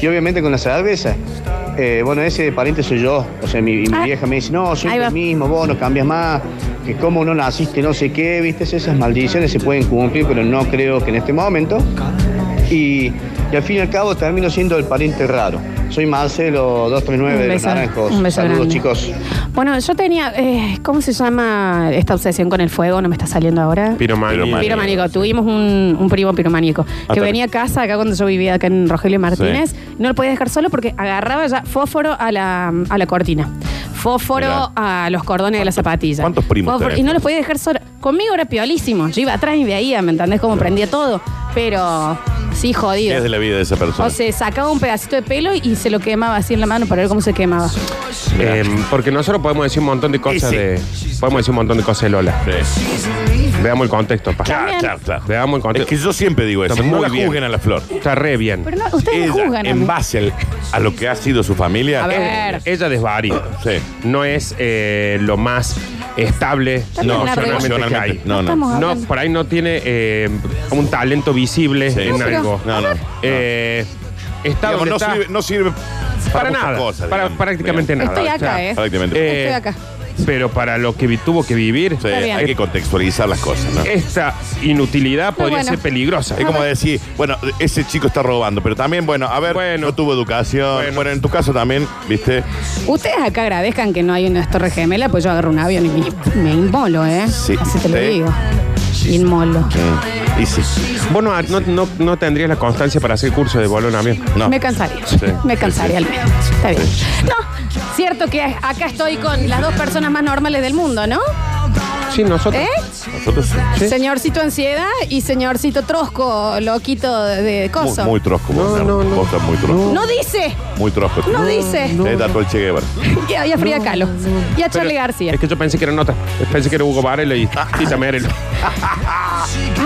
Speaker 12: y obviamente con la cerveza. Eh, bueno, ese pariente soy yo. O sea, mi, mi
Speaker 1: Ah.
Speaker 12: vieja me dice, no,
Speaker 1: Ahí
Speaker 12: siempre
Speaker 1: va.
Speaker 12: el mismo, vos no cambias más, que cómo no naciste, no sé qué, viste, esas maldiciones se pueden cumplir, pero no creo que en este momento. Y, y al fin y al cabo termino siendo el pariente raro. Soy Marcelo 239 de los Naranjos.
Speaker 1: un beso
Speaker 12: Saludos,
Speaker 1: grande.
Speaker 12: chicos.
Speaker 1: Bueno, yo tenía, eh, ¿cómo se llama esta obsesión con el fuego? No me está saliendo ahora.
Speaker 2: Piromanía.
Speaker 3: Piromanía.
Speaker 1: Pirománico. Tuvimos un, un primo pirománico que
Speaker 3: también.
Speaker 1: venía a casa acá cuando yo vivía acá en Rogelio Martínez. No lo podía dejar solo porque agarraba ya fósforo a la, a la cortina. Fósforo
Speaker 3: Mirá.
Speaker 1: a los cordones de la zapatilla.
Speaker 3: cuántos primos
Speaker 1: Fósforo-
Speaker 3: tenés?
Speaker 1: Y no lo podía dejar solo. Conmigo era piolísimo. Yo iba atrás y veía, ¿me entendés? Cómo prendía todo. Pero sí, jodido.
Speaker 3: Es de la vida de esa persona.
Speaker 1: O se sacaba un pedacito de pelo y se lo quemaba así en la mano para ver cómo se quemaba.
Speaker 2: Eh, porque nosotros podemos decir un montón de cosas
Speaker 3: Sí, sí.
Speaker 2: de. Podemos decir un montón de cosas de Lola.
Speaker 3: Sí.
Speaker 2: Veamos el contexto, pa.
Speaker 3: Claro,
Speaker 1: También.
Speaker 3: claro, claro.
Speaker 2: Veamos el
Speaker 3: Es
Speaker 2: contexto.
Speaker 3: que yo siempre digo eso.
Speaker 2: Está
Speaker 3: No
Speaker 2: muy
Speaker 3: la
Speaker 2: bien.
Speaker 3: juzguen a la flor.
Speaker 2: Está re bien.
Speaker 1: Pero no, ustedes me
Speaker 3: Ella,
Speaker 1: juzgan. a mí.
Speaker 3: en base al- a lo que ha sido su familia.
Speaker 1: A ver.
Speaker 2: Ella desvaría.
Speaker 3: Sí.
Speaker 2: No es eh, lo más estable
Speaker 1: bien una pregunta.
Speaker 2: emocionalmente que hay.
Speaker 1: No, no.
Speaker 2: No,
Speaker 1: Estamos hablando.
Speaker 2: por ahí no tiene eh, un talento visible
Speaker 3: Sí.
Speaker 2: en
Speaker 3: No, pero-
Speaker 2: algo.
Speaker 3: No, no, no.
Speaker 2: Eh, está
Speaker 3: Digamos,
Speaker 2: donde
Speaker 3: no,
Speaker 2: está
Speaker 3: sirve, no sirve
Speaker 2: para
Speaker 3: muchas
Speaker 2: nada,
Speaker 3: cosas,
Speaker 2: para
Speaker 3: digamos.
Speaker 2: prácticamente
Speaker 1: Estoy
Speaker 2: nada.
Speaker 1: acá, ¿eh?
Speaker 3: Prácticamente.
Speaker 1: Estoy acá.
Speaker 2: Pero para lo que vi- tuvo que vivir,
Speaker 3: Sí,
Speaker 1: bien.
Speaker 3: hay que contextualizar las cosas, ¿no?
Speaker 2: esta inutilidad podría
Speaker 1: bueno.
Speaker 2: ser peligrosa.
Speaker 3: Es como decir, bueno, ese chico está robando, pero también, bueno, a ver, no tuvo educación. Bueno. en tu caso también, ¿viste?
Speaker 1: Ustedes acá agradezcan que no hay una torre gemela, pues yo agarro un avión y me, me inmolo, ¿eh?
Speaker 3: Sí.
Speaker 1: Así te lo
Speaker 3: Sí.
Speaker 1: digo. Inmolo.
Speaker 3: Mm. Y sí.
Speaker 2: Vos no, no, no- no tendrías la constancia para hacer curso de vuelo en avión.
Speaker 1: Me cansaría.
Speaker 2: Sí.
Speaker 1: Me cansaría al menos. Está bien. No, cierto que acá estoy con las dos personas más normales del mundo, ¿no?
Speaker 2: Sí, nosotros.
Speaker 1: ¿Eh?
Speaker 3: Nosotros sí.
Speaker 1: Señorcito ansiedad y señorcito trosco, loquito de, de
Speaker 3: Muy,
Speaker 1: coso.
Speaker 3: muy trosco, vos, Nardo. Vos estás muy trosco.
Speaker 1: No dice.
Speaker 3: Muy trosco.
Speaker 1: No dice.
Speaker 3: Te tatuó el Che Guevara.
Speaker 1: Y a, y a Frida Kahlo. Y a Charlie García.
Speaker 2: Es que yo pensé que eran otras. Pensé que era Hugo Varela y
Speaker 3: Ah.
Speaker 2: Tita Merelo.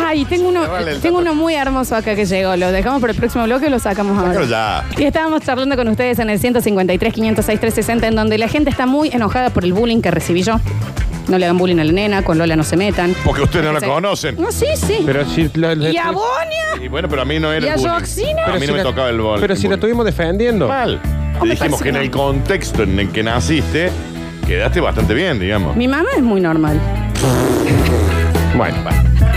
Speaker 1: Ay, tengo uno, tengo uno muy hermoso acá que llegó. Lo dejamos para el próximo bloque o lo sacamos ahora.
Speaker 3: Pero ya.
Speaker 1: Y estábamos charlando con ustedes en el 153, 506, 360, en donde la gente está muy enojada por el bullying que recibí yo. No le hagan bullying a la nena, con Lola no se metan.
Speaker 3: Porque ustedes no la
Speaker 1: Sí.
Speaker 3: conocen.
Speaker 1: No, sí, sí.
Speaker 2: Pero si la- la-
Speaker 1: y a Bonia.
Speaker 3: Y bueno, pero a mí no era
Speaker 1: ¿Y a
Speaker 3: el bullying.
Speaker 1: Yoxina?
Speaker 3: A
Speaker 2: Pero
Speaker 3: mí
Speaker 2: si
Speaker 3: no me
Speaker 2: la-
Speaker 3: tocaba el bol.
Speaker 2: Pero si la estuvimos defendiendo.
Speaker 3: Mal.
Speaker 1: me
Speaker 3: Te dijimos
Speaker 1: parece
Speaker 3: que en
Speaker 1: mal.
Speaker 3: el contexto en el que naciste, quedaste bastante bien, digamos.
Speaker 1: Mi mamá es muy normal.
Speaker 2: Bueno,
Speaker 3: No,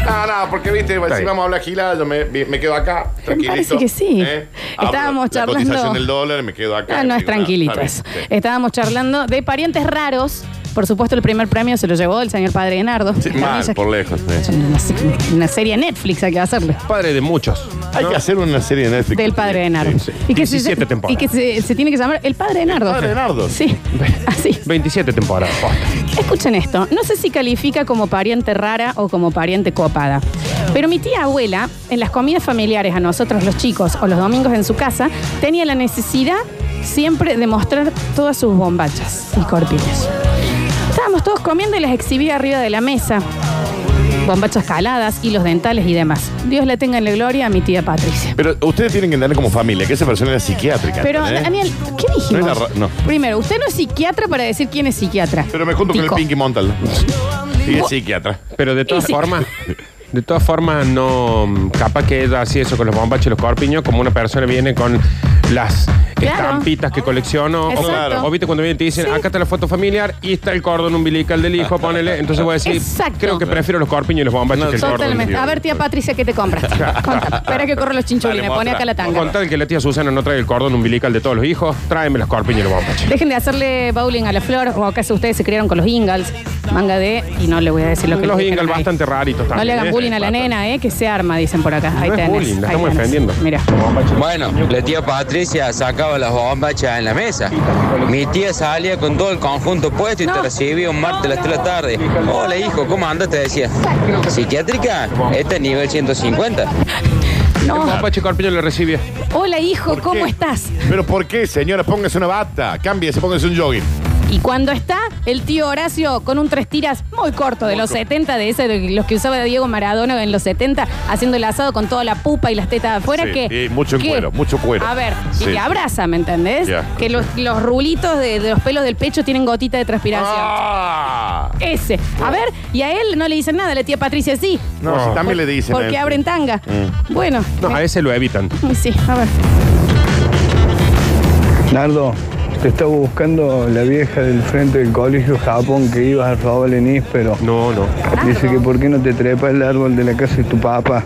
Speaker 3: Ah, no, porque viste, si vamos a hablar gilada, yo me, me quedo acá, tranquilito.
Speaker 1: parece que sí.
Speaker 3: ¿Eh? Hablo
Speaker 1: Estábamos
Speaker 3: de La
Speaker 1: charlando-
Speaker 3: cotización del dólar, me quedo acá.
Speaker 1: Ah, no es tranquilito eso. Estábamos charlando de parientes raros. Por supuesto, el primer premio se lo llevó el señor padre Enardo.
Speaker 3: Mal, por lejos. eh. sí.
Speaker 1: Una, se- una serie Netflix hay que hacerle.
Speaker 2: Padre de muchos.
Speaker 3: Hay que hacer una serie de Netflix.
Speaker 1: Del padre de Nardo.
Speaker 2: Sí, sí.
Speaker 1: Y que,
Speaker 2: 17
Speaker 1: se, y
Speaker 2: temporadas.
Speaker 1: que se, se tiene que llamar El Padre de Nardo.
Speaker 3: padre de Nardo.
Speaker 1: Sí, así.
Speaker 2: 27 temporadas. posta.
Speaker 1: Escuchen esto, no sé si califica como pariente rara o como pariente copada, pero mi tía abuela, en las comidas familiares a nosotros los chicos o los domingos en su casa, tenía la necesidad siempre de mostrar todas sus bombachas y corpiños. Estábamos todos comiendo y las exhibía arriba de la mesa. Bombachas caladas, hilos dentales y demás. Dios le tenga en la gloria a mi tía Patricia.
Speaker 3: Pero ustedes tienen que entender como familia que esa persona era psiquiátrica.
Speaker 1: Pero,
Speaker 3: ¿entendés?
Speaker 1: Daniel, ¿qué
Speaker 3: ¿eh? No
Speaker 1: dijimos?
Speaker 3: era ra- no.
Speaker 1: Primero, usted no es psiquiatra para decir quién es psiquiatra.
Speaker 3: Pero me junto
Speaker 1: Tico.
Speaker 3: con el Pinky Montal. Y es psiquiatra.
Speaker 2: Pero de todas
Speaker 1: Y si-
Speaker 2: formas. De todas formas, no. mm, Capaz que ella así eso con los bombachos y los corpiños, como una persona viene con las
Speaker 1: Claro.
Speaker 2: estampitas que colecciono. O,
Speaker 1: Exacto.
Speaker 2: o viste cuando vienen y te dicen, acá está la foto familiar y está el cordón umbilical del hijo, ponele. Entonces voy a decir,
Speaker 1: Exacto.
Speaker 2: creo que prefiero los corpiños y los bombachos que el cordón.
Speaker 1: Totalmente. A ver, tía Patricia, ¿qué te compras? Contame. Espera que corro los chinchulines.
Speaker 3: Dale,
Speaker 1: Pone acá la
Speaker 2: Con
Speaker 1: tanga.
Speaker 2: tal que la tía Susana no trae el cordón umbilical de todos los hijos, tráeme los corpiños y los bombachos.
Speaker 1: Dejen de hacerle bowling a la flor o acaso ustedes se criaron con los ingals. Manga de. Y no le voy a decir lo que
Speaker 2: Los
Speaker 1: le dijeron
Speaker 2: Ingal
Speaker 1: ahí.
Speaker 2: bastante raritos también.
Speaker 1: No le hagan
Speaker 2: ¿eh?
Speaker 1: bullying a la nena, ¿eh? Que se arma, dicen por acá. Ahí
Speaker 2: No es
Speaker 1: tenés.
Speaker 2: bullying, la
Speaker 1: ahí
Speaker 2: estamos
Speaker 1: tenés.
Speaker 2: defendiendo.
Speaker 1: Mira.
Speaker 13: Bueno, la tía Patricia sacaba las bombachas en la mesa. Mi tía salía con todo el conjunto puesto y te recibía un martes a las 3 de la tarde. Hola hijo, ¿cómo andas? Te decía. Psiquiátrica, este es nivel 150.
Speaker 2: El
Speaker 1: No.
Speaker 2: bombacho y corpiño le recibía.
Speaker 1: Hola, hijo, ¿cómo
Speaker 3: qué?
Speaker 1: estás?
Speaker 3: Pero ¿por qué, señora? Póngase una bata, cámbiese, póngase un jogging.
Speaker 1: Y cuando está el tío Horacio con un tres tiras muy corto de los 70, de ese, de los que usaba Diego Maradona en los 70, haciendo el asado con toda la pupa y las tetas afuera,
Speaker 3: Sí,
Speaker 1: que.
Speaker 3: sí, mucho
Speaker 1: que-
Speaker 3: cuero, mucho cuero.
Speaker 1: A ver, y
Speaker 3: Sí.
Speaker 1: te abraza, ¿me entendés?
Speaker 3: Ya.
Speaker 1: Que los, los rulitos de, de los pelos del pecho tienen gotita de transpiración.
Speaker 3: ¡Ah!
Speaker 1: Ese. A ver, y a él no le dicen nada, la tía Patricia sí.
Speaker 3: No, si también le dicen. Mm.
Speaker 1: Porque
Speaker 3: eh.
Speaker 1: abren tanga. Bueno.
Speaker 2: No, a ese lo evitan.
Speaker 1: eh, Sí, a ver.
Speaker 7: Nardo, te estaba buscando la vieja del frente del colegio Japón que ibas a robar el níspero.
Speaker 2: No, no.
Speaker 7: Dice que por qué no te trepas el árbol de la casa de tu papá.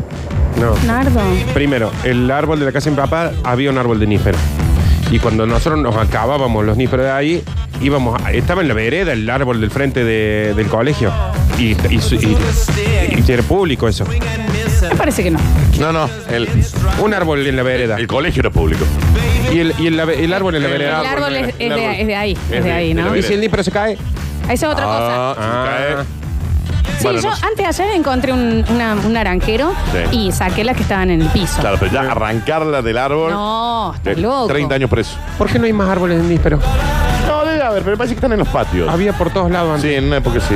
Speaker 2: No.
Speaker 1: Nardo.
Speaker 2: Primero, el árbol de la casa de mi papá había un árbol de nífero. Y cuando nosotros nos acabábamos los níferos de ahí, íbamos a- estaba en la vereda el árbol del frente de- del colegio. Y, y, y- y era público eso.
Speaker 1: Me parece que no.
Speaker 3: No, no, el,
Speaker 2: Un árbol en la vereda.
Speaker 3: el colegio era público.
Speaker 2: Y el, y el- el árbol en la
Speaker 1: El
Speaker 2: vereda.
Speaker 1: árbol es, es de, es de ahí, es
Speaker 3: Es
Speaker 1: de
Speaker 3: de-
Speaker 1: ahí,
Speaker 3: de la
Speaker 1: ¿no?
Speaker 2: Y si el nífero se cae.
Speaker 1: Esa es otra cosa.
Speaker 3: Ah, se cae.
Speaker 1: Sí,
Speaker 3: Bueno,
Speaker 1: yo
Speaker 3: no sé.
Speaker 1: antes ayer encontré un, una- un naranjero
Speaker 3: Sí.
Speaker 1: y saqué las que estaban en el piso.
Speaker 3: Claro, pero ya arrancarla del árbol.
Speaker 1: No,
Speaker 3: eh,
Speaker 1: estás loco.
Speaker 3: 30 años preso.
Speaker 2: ¿Por qué no hay más árboles de nífero?
Speaker 3: No, debe haber, pero parece que están en los patios.
Speaker 2: Había por todos lados antes.
Speaker 3: Sí, en una época sí.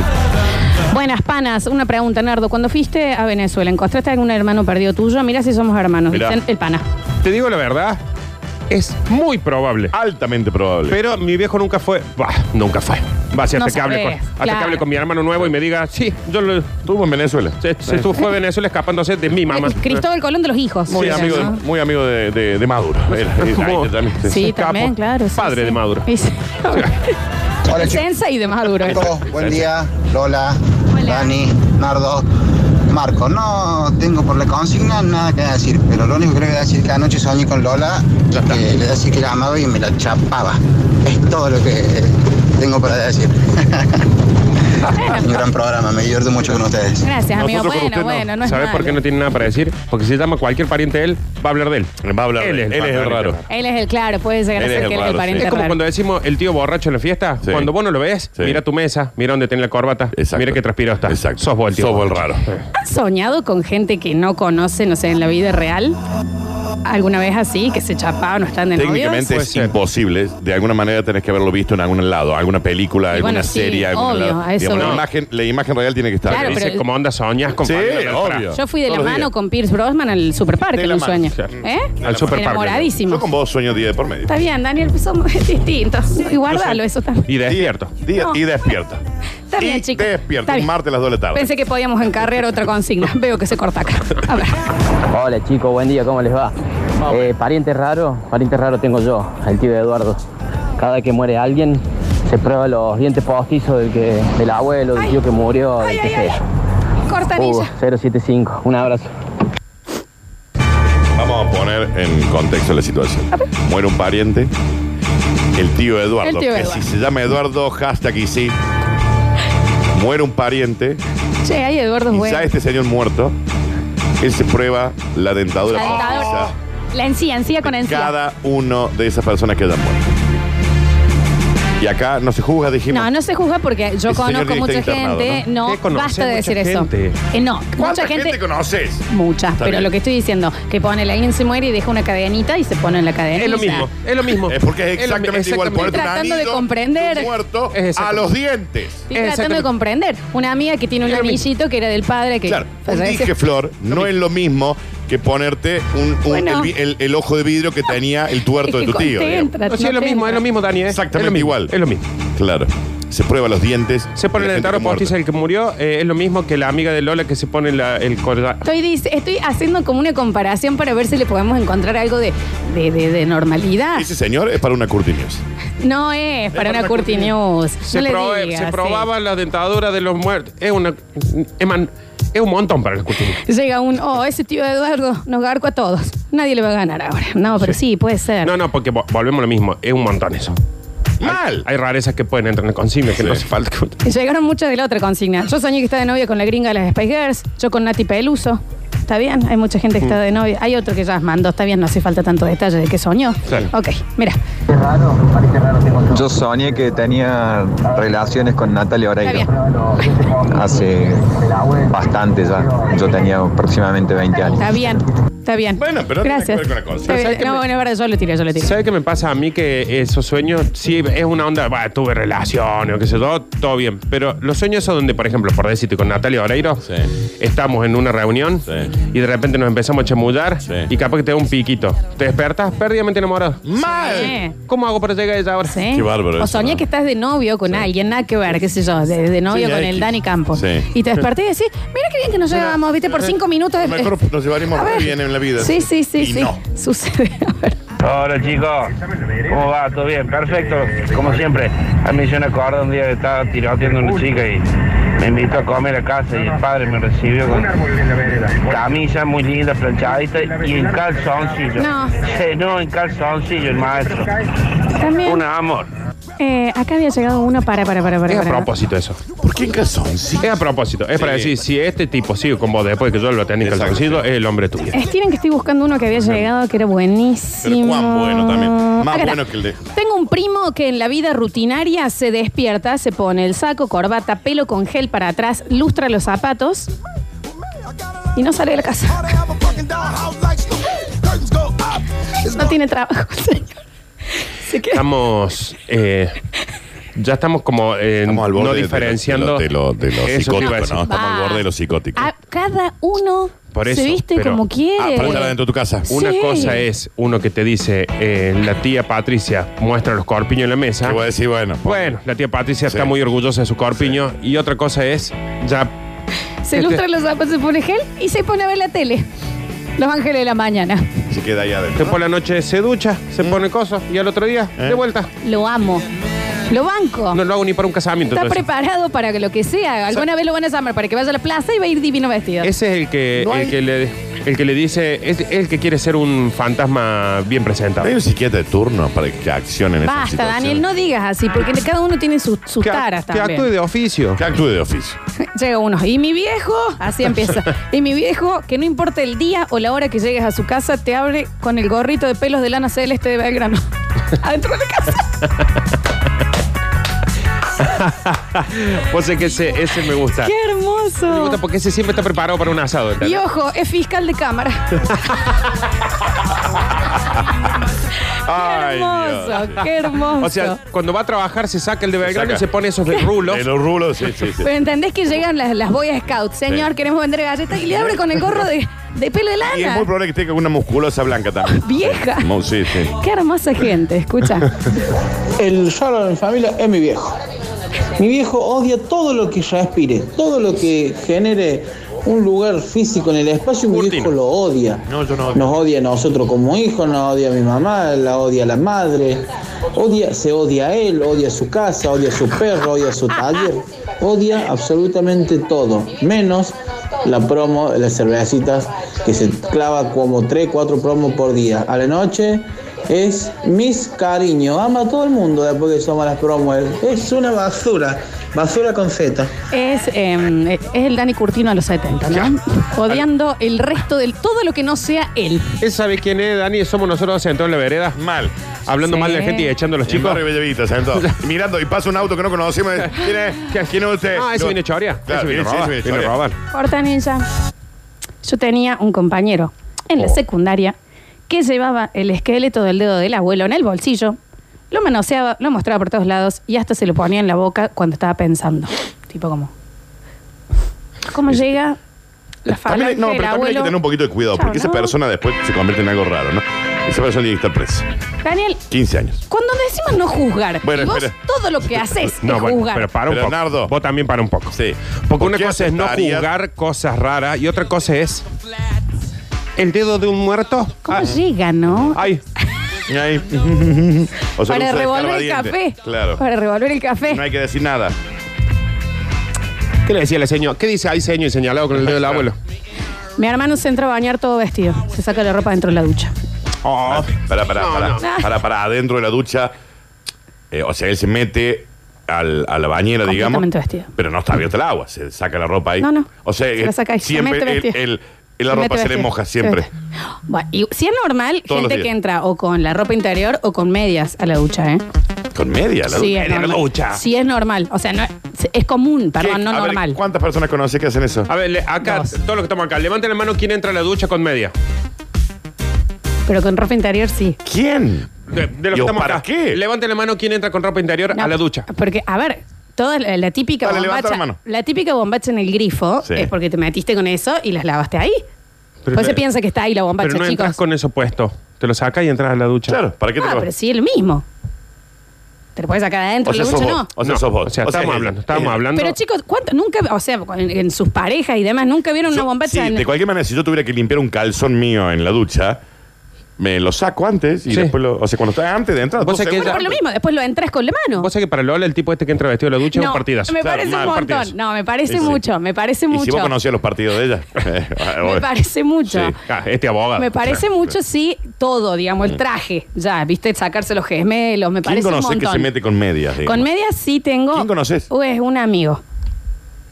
Speaker 1: Buenas panas, una pregunta, Nardo. Cuando fuiste a Venezuela, ¿encontraste algún hermano perdido tuyo? Mira si somos hermanos,
Speaker 3: Mirá.
Speaker 1: dicen el pana.
Speaker 2: Te digo la verdad, es muy probable.
Speaker 3: Altamente probable.
Speaker 2: Pero mi viejo nunca fue. Bah, nunca fue. Va, sí, hasta,
Speaker 1: No
Speaker 2: que, hable con,
Speaker 1: sabés,
Speaker 2: hasta
Speaker 1: claro.
Speaker 2: que hable con mi hermano nuevo y me diga, sí, yo lo... Estuvo en Venezuela. Se, se estuvo- fue a Venezuela escapándose de mi mamá.
Speaker 1: Eh, Cristóbal Colón de los hijos.
Speaker 2: Muy
Speaker 1: Sí,
Speaker 2: amigo
Speaker 1: ¿no?
Speaker 2: de-
Speaker 3: Muy amigo de, de- de Maduro. Él, él, ahí también.
Speaker 1: Sí, también, claro. sí,
Speaker 3: Padre
Speaker 1: sí.
Speaker 3: de Maduro.
Speaker 1: Y sí.
Speaker 3: Hola,
Speaker 1: El Sensei de Maduro.
Speaker 14: Buen día, Lola, Dani, Nardo, Marco. No tengo por la consigna nada que decir, pero lo único que le voy a decir es que anoche soñé con Lola, que le decía que la amaba y me la chapaba. Es todo lo que eh, tengo para decir. Un gran programa, me divierto mucho con ustedes.
Speaker 1: Gracias, amigo.
Speaker 2: Nosotros
Speaker 1: Bueno,
Speaker 2: con usted no.
Speaker 1: bueno, no es
Speaker 2: ¿Sabes por qué
Speaker 1: malo.
Speaker 2: no tiene nada para decir? Porque si llama cualquier pariente de él, va a hablar de él. Va a hablar él.
Speaker 3: de él. Él es el
Speaker 2: pariente
Speaker 3: raro.
Speaker 1: Él es el claro, puede llegar a
Speaker 2: Él
Speaker 1: ser que él es el pariente
Speaker 2: Es como
Speaker 1: raro.
Speaker 2: cuando decimos el tío borracho en la fiesta. Cuando vos no lo ves, mira tu mesa, mira dónde tiene la corbata, mira qué transpirado está. Exacto. Sos vos el tío.
Speaker 3: Sos vos el
Speaker 2: borracho.
Speaker 1: ¿Han soñado con gente que no conoce, no sé, en la vida real? ¿Alguna vez así, que se chapaban o están de novios?
Speaker 3: Técnicamente es imposible. De alguna manera tenés que haberlo visto en algún lado, alguna película,
Speaker 1: Y
Speaker 3: alguna
Speaker 1: bueno, sí,
Speaker 3: serie, algún
Speaker 1: obvio,
Speaker 3: lado.
Speaker 1: a eso
Speaker 3: Digamos,
Speaker 1: voy.
Speaker 3: la, imagen, la imagen real tiene que estar.
Speaker 1: Claro, Dice, pero-
Speaker 2: ¿cómo onda soñás con
Speaker 3: Sí,
Speaker 2: Fabiola
Speaker 3: obvio.
Speaker 1: Yo fui de la
Speaker 3: Todos los
Speaker 1: mano
Speaker 3: días.
Speaker 1: con Pierce Brosnan al Superpark
Speaker 3: De
Speaker 1: en
Speaker 3: la
Speaker 1: un
Speaker 3: mano,
Speaker 1: sueño.
Speaker 3: claro.
Speaker 1: ¿eh?
Speaker 3: Al Super Park.
Speaker 1: Enamoradísimo.
Speaker 3: Yo con vos sueño día de por medio.
Speaker 1: Está bien, Daniel, pues somos distintos. Y guárdalo, eso también.
Speaker 2: Y despierto.
Speaker 3: Día,
Speaker 1: No.
Speaker 3: Y despierta.
Speaker 1: Está bien, chicos.
Speaker 3: Despierta.
Speaker 1: Está
Speaker 3: Un
Speaker 1: bien.
Speaker 3: martes a las 2 de la tarde.
Speaker 1: Pensé que podíamos encarrear otra consigna. Veo que se corta acá. A ver.
Speaker 15: Hola chicos, buen día, ¿cómo les va? Eh, pariente raro, pariente raro tengo yo, el tío de Eduardo. Cada vez que muere alguien, se prueba los dientes postizos del, que, del abuelo, del tío que murió, del que sea.
Speaker 1: Cortanilla.
Speaker 15: Hugo, 075, un abrazo.
Speaker 3: Vamos a poner en contexto la situación. Muere un pariente, el tío Eduardo,
Speaker 1: El tío
Speaker 3: que
Speaker 1: Eduardo.
Speaker 3: si se llama Eduardo, hashtag y sí. Muere un pariente,
Speaker 1: Che, ahí Eduardo es
Speaker 3: y
Speaker 1: bueno.
Speaker 3: ya este señor muerto, él se prueba la dentadura.
Speaker 1: Saltador.
Speaker 3: postiza
Speaker 1: La encía, encía con
Speaker 3: de
Speaker 1: encía.
Speaker 3: Cada uno de esas personas que hayan muerto. Y acá no se juzga, dijimos.
Speaker 1: No, no se juzga porque yo
Speaker 3: Ese señor
Speaker 1: conozco
Speaker 3: directo
Speaker 1: mucha
Speaker 3: internado,
Speaker 1: gente.
Speaker 3: ¿no?
Speaker 1: No,
Speaker 3: ¿Qué conoce?
Speaker 1: basta de
Speaker 3: Mucha
Speaker 1: decir
Speaker 3: gente.
Speaker 1: eso. Eh, no, mucha gente.
Speaker 3: conoces?
Speaker 1: Mucha,
Speaker 3: Está
Speaker 1: pero
Speaker 3: bien.
Speaker 1: lo que estoy diciendo, que pone, alguien se muere y deja una cadenita y se pone en la cadenita.
Speaker 2: Es lo mismo, es lo mismo. Es porque
Speaker 3: es exactamente igual ponerte un
Speaker 1: Tratando de comprender.
Speaker 3: Muerto a
Speaker 1: exactamente.
Speaker 3: los dientes.
Speaker 1: Estoy tratando de comprender. Una amiga que tiene un anillito que era del padre que.
Speaker 3: Claro,
Speaker 1: O
Speaker 3: un
Speaker 1: sea,
Speaker 3: dije,
Speaker 1: ese-
Speaker 3: Flor, no es lo mismo que ponerte un, un-
Speaker 1: Bueno.
Speaker 3: el vi- el, el ojo de vidrio que tenía el tuerto de tu tío. digamos.
Speaker 2: No, sí, es lo mismo, es lo mismo, Dani. ¿eh?
Speaker 3: Exactamente
Speaker 2: Es lo mismo.
Speaker 3: igual. Es
Speaker 2: lo mismo.
Speaker 3: Claro. Se prueba los dientes.
Speaker 2: Se
Speaker 3: de
Speaker 2: pone el
Speaker 3: la gente
Speaker 2: dentador
Speaker 3: que muerta.
Speaker 2: postiza el que murió. eh, es lo mismo que la amiga de Lola que se pone la- el corda.
Speaker 1: Estoy, dic- estoy haciendo como una comparación para ver si le podemos encontrar algo de, de, de- de normalidad.
Speaker 3: Ese señor es para una Curti News.
Speaker 1: No es para
Speaker 2: para
Speaker 1: una Curti News.
Speaker 2: Se,
Speaker 1: no le
Speaker 2: proba-
Speaker 1: digas,
Speaker 2: se
Speaker 1: sí.
Speaker 2: probaba la dentadura de los muertos. Es una. Es, man- es un montón para el escrutinio.
Speaker 1: Llega un, oh, ese tío Eduardo nos garco a todos. Nadie le va a ganar ahora. No, pero sí, puede ser.
Speaker 2: No, no, porque vo- volvemos a lo mismo. Es un montón eso.
Speaker 3: ¡Mal!
Speaker 2: Hay, rarezas que pueden entrar en el consignio, que no hace falta. que-
Speaker 1: Llegaron muchas de la otra consigna. Yo soñé que está de novia con la gringa de las Spice Girls, yo con Nati Peluso. Está bien, hay mucha gente que está de novia. Hay otro que ya mandó, está bien, no hace falta tanto detalle de qué soñó.
Speaker 16: Claro.
Speaker 1: Ok, mira,
Speaker 16: Yo soñé que tenía relaciones con Natalia Oreiro. Hace bastante ya. Yo tenía aproximadamente 20 años.
Speaker 1: está bien, está bien. Bueno,
Speaker 3: pero no tiene que
Speaker 1: Gracias.
Speaker 3: ver con la consigna.
Speaker 1: Está bien.
Speaker 2: ¿Sabes qué
Speaker 1: No,
Speaker 2: me-
Speaker 1: bueno, es verdad, yo lo tiré, yo lo tiré.
Speaker 2: ¿Sabes qué me pasa a mí? Que esos sueños, sí, es una onda, bah, tuve relaciones o qué sé yo, todo bien. Pero los sueños son donde, por ejemplo, por decirte con Natalia Oreiro, estamos en una reunión y de repente nos empezamos a chamullar y capaz que te da un piquito. Te despertas perdidamente enamorado. ¡Mal!
Speaker 1: Sí.
Speaker 2: ¿Cómo hago para llegar a ella ahora?
Speaker 1: Sí.
Speaker 2: Qué bárbaro
Speaker 1: O
Speaker 2: eso,
Speaker 1: soñé
Speaker 2: ¿no?
Speaker 1: que estás de novio con alguien, nada que ver, qué sé yo, de, de novio
Speaker 3: Sí,
Speaker 1: con
Speaker 3: X.
Speaker 1: el Dani Campos.
Speaker 3: Sí.
Speaker 1: Y te desperté y decís, mira qué bien que nos llevábamos, viste, por cinco minutos.
Speaker 3: A lo mejor nos llevaríamos
Speaker 1: A
Speaker 3: muy
Speaker 1: ver.
Speaker 3: bien en la vida.
Speaker 1: Sí, sí, sí,
Speaker 3: Y
Speaker 1: sí.
Speaker 3: no.
Speaker 1: Sucede.
Speaker 17: Hola chicos, ¿cómo va? ¿Todo bien? Perfecto, como siempre. A mí yo me acuerdo un día que estaba tiroteando a una chica y me invitó a comer a casa y el padre me recibió con camisa muy linda, planchadita y en calzoncillo.
Speaker 1: No.
Speaker 17: Sí, no, en calzoncillo, el maestro.
Speaker 1: También.
Speaker 17: Un amor.
Speaker 1: Eh, acá había llegado uno, para, para, para, para.
Speaker 2: Es a
Speaker 1: para.
Speaker 2: propósito eso.
Speaker 3: ¿Por qué en calzoncillo?
Speaker 2: Es a propósito. Es para decir, si este tipo sigue con vos después que yo lo tenía en calzoncillo, es el hombre tuyo.
Speaker 1: Es, tienen Eh, que estoy buscando uno que había llegado que era buenísimo.
Speaker 2: Pero cuán bueno también.
Speaker 3: Más
Speaker 1: Acá está.
Speaker 3: bueno que el de.
Speaker 1: Tengo un primo que en la vida rutinaria se despierta, se pone el saco, corbata, pelo con gel para atrás, lustra los zapatos y no sale de la casa. No tiene trabajo.
Speaker 2: Estamos. eh, ya estamos como eh, no diferenciando.
Speaker 3: De lo, de lo, de lo
Speaker 2: Eso te iba
Speaker 3: psicótico,
Speaker 2: a decir.
Speaker 3: ¿no? Estamos al
Speaker 1: Va. Ah,
Speaker 3: borde de lo psicótico.
Speaker 1: A cada uno
Speaker 2: Por
Speaker 1: Se
Speaker 2: eso.
Speaker 1: viste
Speaker 2: pero-
Speaker 1: como quiere. Ah, para estar
Speaker 3: dentro de tu casa.
Speaker 2: Una
Speaker 1: Sí.
Speaker 2: cosa es uno que te dice, eh, la tía Patricia muestra los corpiños en la mesa.
Speaker 3: voy a decir, bueno.
Speaker 2: Bueno, la tía Patricia está muy orgullosa de su corpiño. Y otra cosa es, ya.
Speaker 1: Se
Speaker 2: Este-
Speaker 1: lustra los zapatos, se pone gel y se pone a ver la tele. Los Ángeles de la Mañana.
Speaker 3: Se queda ahí adentro.
Speaker 2: Después la noche se ducha,
Speaker 3: Mm.
Speaker 2: se pone cosas y al otro día,
Speaker 3: Eh.
Speaker 2: de vuelta.
Speaker 1: Lo amo. Lo banco.
Speaker 2: No lo hago ni para un casamiento.
Speaker 1: Está
Speaker 2: todo eso.
Speaker 1: preparado para que lo que sea. Alguna vez lo van a llamar para que vaya a la plaza y va a ir divino vestido.
Speaker 2: Ese es el que, el que le el que le dice, es el que quiere ser un fantasma bien presentado.
Speaker 3: Hay un psiquiatra de turno para que accionen esas
Speaker 1: Basta,
Speaker 3: situaciones.
Speaker 1: Daniel, no digas así, porque cada uno tiene sus, sus taras también.
Speaker 2: oficio.
Speaker 3: Que actúe de oficio.
Speaker 1: Llega uno. Y mi viejo, así empieza. y mi viejo, que no importa el día o la hora que llegues a su casa, te abre con el gorrito de pelos de lana celeste de Belgrano. Adentro de la casa.
Speaker 2: Vos sé que ese, ese me gusta.
Speaker 1: ¡Qué
Speaker 2: Me
Speaker 1: hermoso!
Speaker 2: gusta porque ese siempre está preparado para un asado. ¿entendés?
Speaker 1: Y ojo, es fiscal de cámara.
Speaker 2: Ay,
Speaker 1: hermoso,
Speaker 2: Dios.
Speaker 1: qué hermoso.
Speaker 2: O sea, cuando va a trabajar se saca el de Belgrano
Speaker 3: saca.
Speaker 2: y se pone esos de rulos.
Speaker 3: De los rulos, sí, sí, sí.
Speaker 1: Pero entendés que llegan las, las Boy Scouts. Señor, queremos vender galletas. Y le abre con el gorro de, de pelo de
Speaker 3: Y es
Speaker 1: lana.
Speaker 3: muy probable que tenga una musculosa blanca también.
Speaker 1: Vieja.
Speaker 3: No, sí, sí.
Speaker 1: Qué hermosa gente, escucha.
Speaker 18: El raro de mi familia es mi viejo. Mi viejo odia todo lo que respire, todo lo que genere un lugar físico en el espacio, mi viejo lo odia. Nos odia a nosotros como hijos, nos odia a mi mamá, la odia a la madre, odia, se odia a él, odia su casa, odia a su perro, odia su taller, odia absolutamente todo, menos la promo, de las cervecitas que se clava como 3, 4 promos por día. A la noche es mis cariño, ama a todo el mundo después que somos las promos, es una basura, basura con Z.
Speaker 1: Es, eh, es el Dani Curtino a los 70, ¿no? Odiando el resto del todo lo que no sea él.
Speaker 2: ¿Él sabe quién es, Dani? Somos nosotros sentados en la vereda.
Speaker 3: Mal.
Speaker 2: Hablando
Speaker 1: Sí.
Speaker 2: mal de la gente y echando a los
Speaker 3: En
Speaker 2: chicos.
Speaker 3: Barrio Bellavista, sentado. Y mirando, y pasa un auto que no conocemos. ¿Quién es? ¿Quién es usted?
Speaker 2: Ah, ese
Speaker 3: No.
Speaker 2: viene Choria.
Speaker 3: Claro,
Speaker 2: ese viene a
Speaker 3: ese-
Speaker 2: robar.
Speaker 3: ese viene a
Speaker 2: Viene a
Speaker 3: chorear.
Speaker 2: robar.
Speaker 1: Cortan ella. Yo tenía un compañero en
Speaker 3: Oh.
Speaker 1: la secundaria que llevaba el esqueleto del dedo del abuelo en el bolsillo, lo manoseaba, lo mostraba por todos lados y hasta se lo ponía en la boca cuando estaba pensando. Tipo como. ¿Cómo llega la
Speaker 3: Este, También
Speaker 1: falange
Speaker 3: hay- no,
Speaker 1: del
Speaker 3: pero también hay que
Speaker 1: abuelo?
Speaker 3: tener un poquito de cuidado,
Speaker 1: Chao,
Speaker 3: porque esa
Speaker 1: ¿no?
Speaker 3: persona después se convierte en algo raro, ¿no? Esa persona tiene que estar presa.
Speaker 1: Daniel,
Speaker 3: 15 años.
Speaker 1: cuando decimos no juzgar,
Speaker 3: Bueno,
Speaker 1: y vos
Speaker 3: espera.
Speaker 1: todo lo que haces
Speaker 2: No,
Speaker 1: es
Speaker 2: bueno,
Speaker 1: juzgar.
Speaker 2: pero para un poco.
Speaker 3: Leonardo.
Speaker 2: Vos también para un poco.
Speaker 3: Sí.
Speaker 2: Porque una
Speaker 3: ¿Por qué
Speaker 2: cosa es no
Speaker 3: aceptarías?
Speaker 2: juzgar cosas raras y otra cosa es el dedo de un muerto.
Speaker 1: ¿Cómo
Speaker 3: Ah.
Speaker 1: llega, no?
Speaker 2: Ay.
Speaker 3: Ay. O sea,
Speaker 1: para
Speaker 3: lo usa de
Speaker 1: revolver el café.
Speaker 3: escarbadiente. Claro.
Speaker 1: Para revolver el café.
Speaker 3: No hay que decir nada.
Speaker 2: ¿Qué le decía el señor? ¿Qué dice ahí, señor? Y señalado con el dedo del abuelo.
Speaker 1: Mi hermano se entra a bañar todo vestido. Se saca la ropa dentro de la ducha.
Speaker 3: Para, para, para,
Speaker 1: Ah. no.
Speaker 3: para, para, adentro de la ducha. Eh, o sea, él se mete al- a la bañera, digamos.
Speaker 1: Completamente vestido.
Speaker 3: Pero no está abierta el agua, se saca la ropa ahí.
Speaker 1: No, no.
Speaker 3: O sea, eh,
Speaker 1: Se la saca ahí, se
Speaker 3: siempre
Speaker 1: mete
Speaker 3: el,
Speaker 1: vestido.
Speaker 3: el- el- la
Speaker 1: Se
Speaker 3: ropa
Speaker 1: mete
Speaker 3: se le
Speaker 1: vestido.
Speaker 3: moja siempre.
Speaker 1: Se Bueno, y si es normal,
Speaker 3: Todos los
Speaker 1: gente
Speaker 3: días.
Speaker 1: que entra o con la ropa interior o con medias a la ducha, ¿eh?
Speaker 3: Con media, la,
Speaker 1: sí, es
Speaker 3: ducha. Media la
Speaker 1: normal.
Speaker 3: ducha.
Speaker 1: Sí, es normal. O sea, no, es- es común, perdón,
Speaker 2: ¿Qué?
Speaker 1: no
Speaker 2: A ver,
Speaker 1: normal. Ah.
Speaker 3: ¿Cuántas personas conoces que hacen eso?
Speaker 2: A ver, le- acá, todos los que estamos acá, levanten la mano quien entra a la ducha con media.
Speaker 1: Pero con ropa interior sí.
Speaker 3: ¿Quién?
Speaker 2: De, de los que
Speaker 3: Yo,
Speaker 2: estamos
Speaker 3: ¿para
Speaker 2: acá. Levanten la mano quien entra con ropa interior a la ducha.
Speaker 1: Porque, a ver, toda la, la típica
Speaker 2: Dale, levanta
Speaker 1: bombacha.
Speaker 2: la
Speaker 1: La,
Speaker 2: mano.
Speaker 1: típica bombacha en el grifo
Speaker 2: Sí.
Speaker 1: es porque te metiste con eso y las lavaste ahí.
Speaker 2: Pero-
Speaker 1: pues se piensa que está ahí la bombacha,
Speaker 2: Pero no entras
Speaker 1: chicos.
Speaker 2: con eso puesto. Te lo sacas y entras a la ducha. Claro,
Speaker 3: ¿para
Speaker 1: Ah, pero sí es lo mismo. Te lo puedes sacar adentro, de la ducha no.
Speaker 2: O sea, O sea, estábamos hablando, estábamos hablando.
Speaker 1: Pero chicos, ¿cuánto? Nunca, o sea, con- en, sus parejas y demás, nunca vieron una bombacha
Speaker 3: Sí,
Speaker 1: en
Speaker 3: de cualquier manera, si yo tuviera que limpiar un calzón mío en la ducha, me lo saco antes y después lo. O sea, cuando está antes de entrar,
Speaker 2: Vos
Speaker 3: dos
Speaker 2: sabés que
Speaker 1: Bueno, por
Speaker 3: segundos.
Speaker 1: lo mismo, después lo entras con la mano.
Speaker 2: Vos sabés que para Lola el tipo este que entra vestido a la ducha es
Speaker 1: no,
Speaker 2: un partidazo.
Speaker 1: Me parece un montón. No, me parece
Speaker 2: Sí, sí.
Speaker 1: mucho, me parece
Speaker 3: Y si
Speaker 1: mucho.
Speaker 3: vos conocías los partidos de ella. eh, ah,
Speaker 1: me parece mucho.
Speaker 2: este abogado.
Speaker 1: Me parece mucho, sí, todo, digamos, el traje. Ya, viste, sacarse los gemelos, me
Speaker 3: ¿Quién
Speaker 1: parece un
Speaker 3: conoce
Speaker 1: montón.
Speaker 3: que se mete con medias? digamos?
Speaker 1: Con medias sí tengo. ¿Quién
Speaker 3: conoces?
Speaker 1: Es un amigo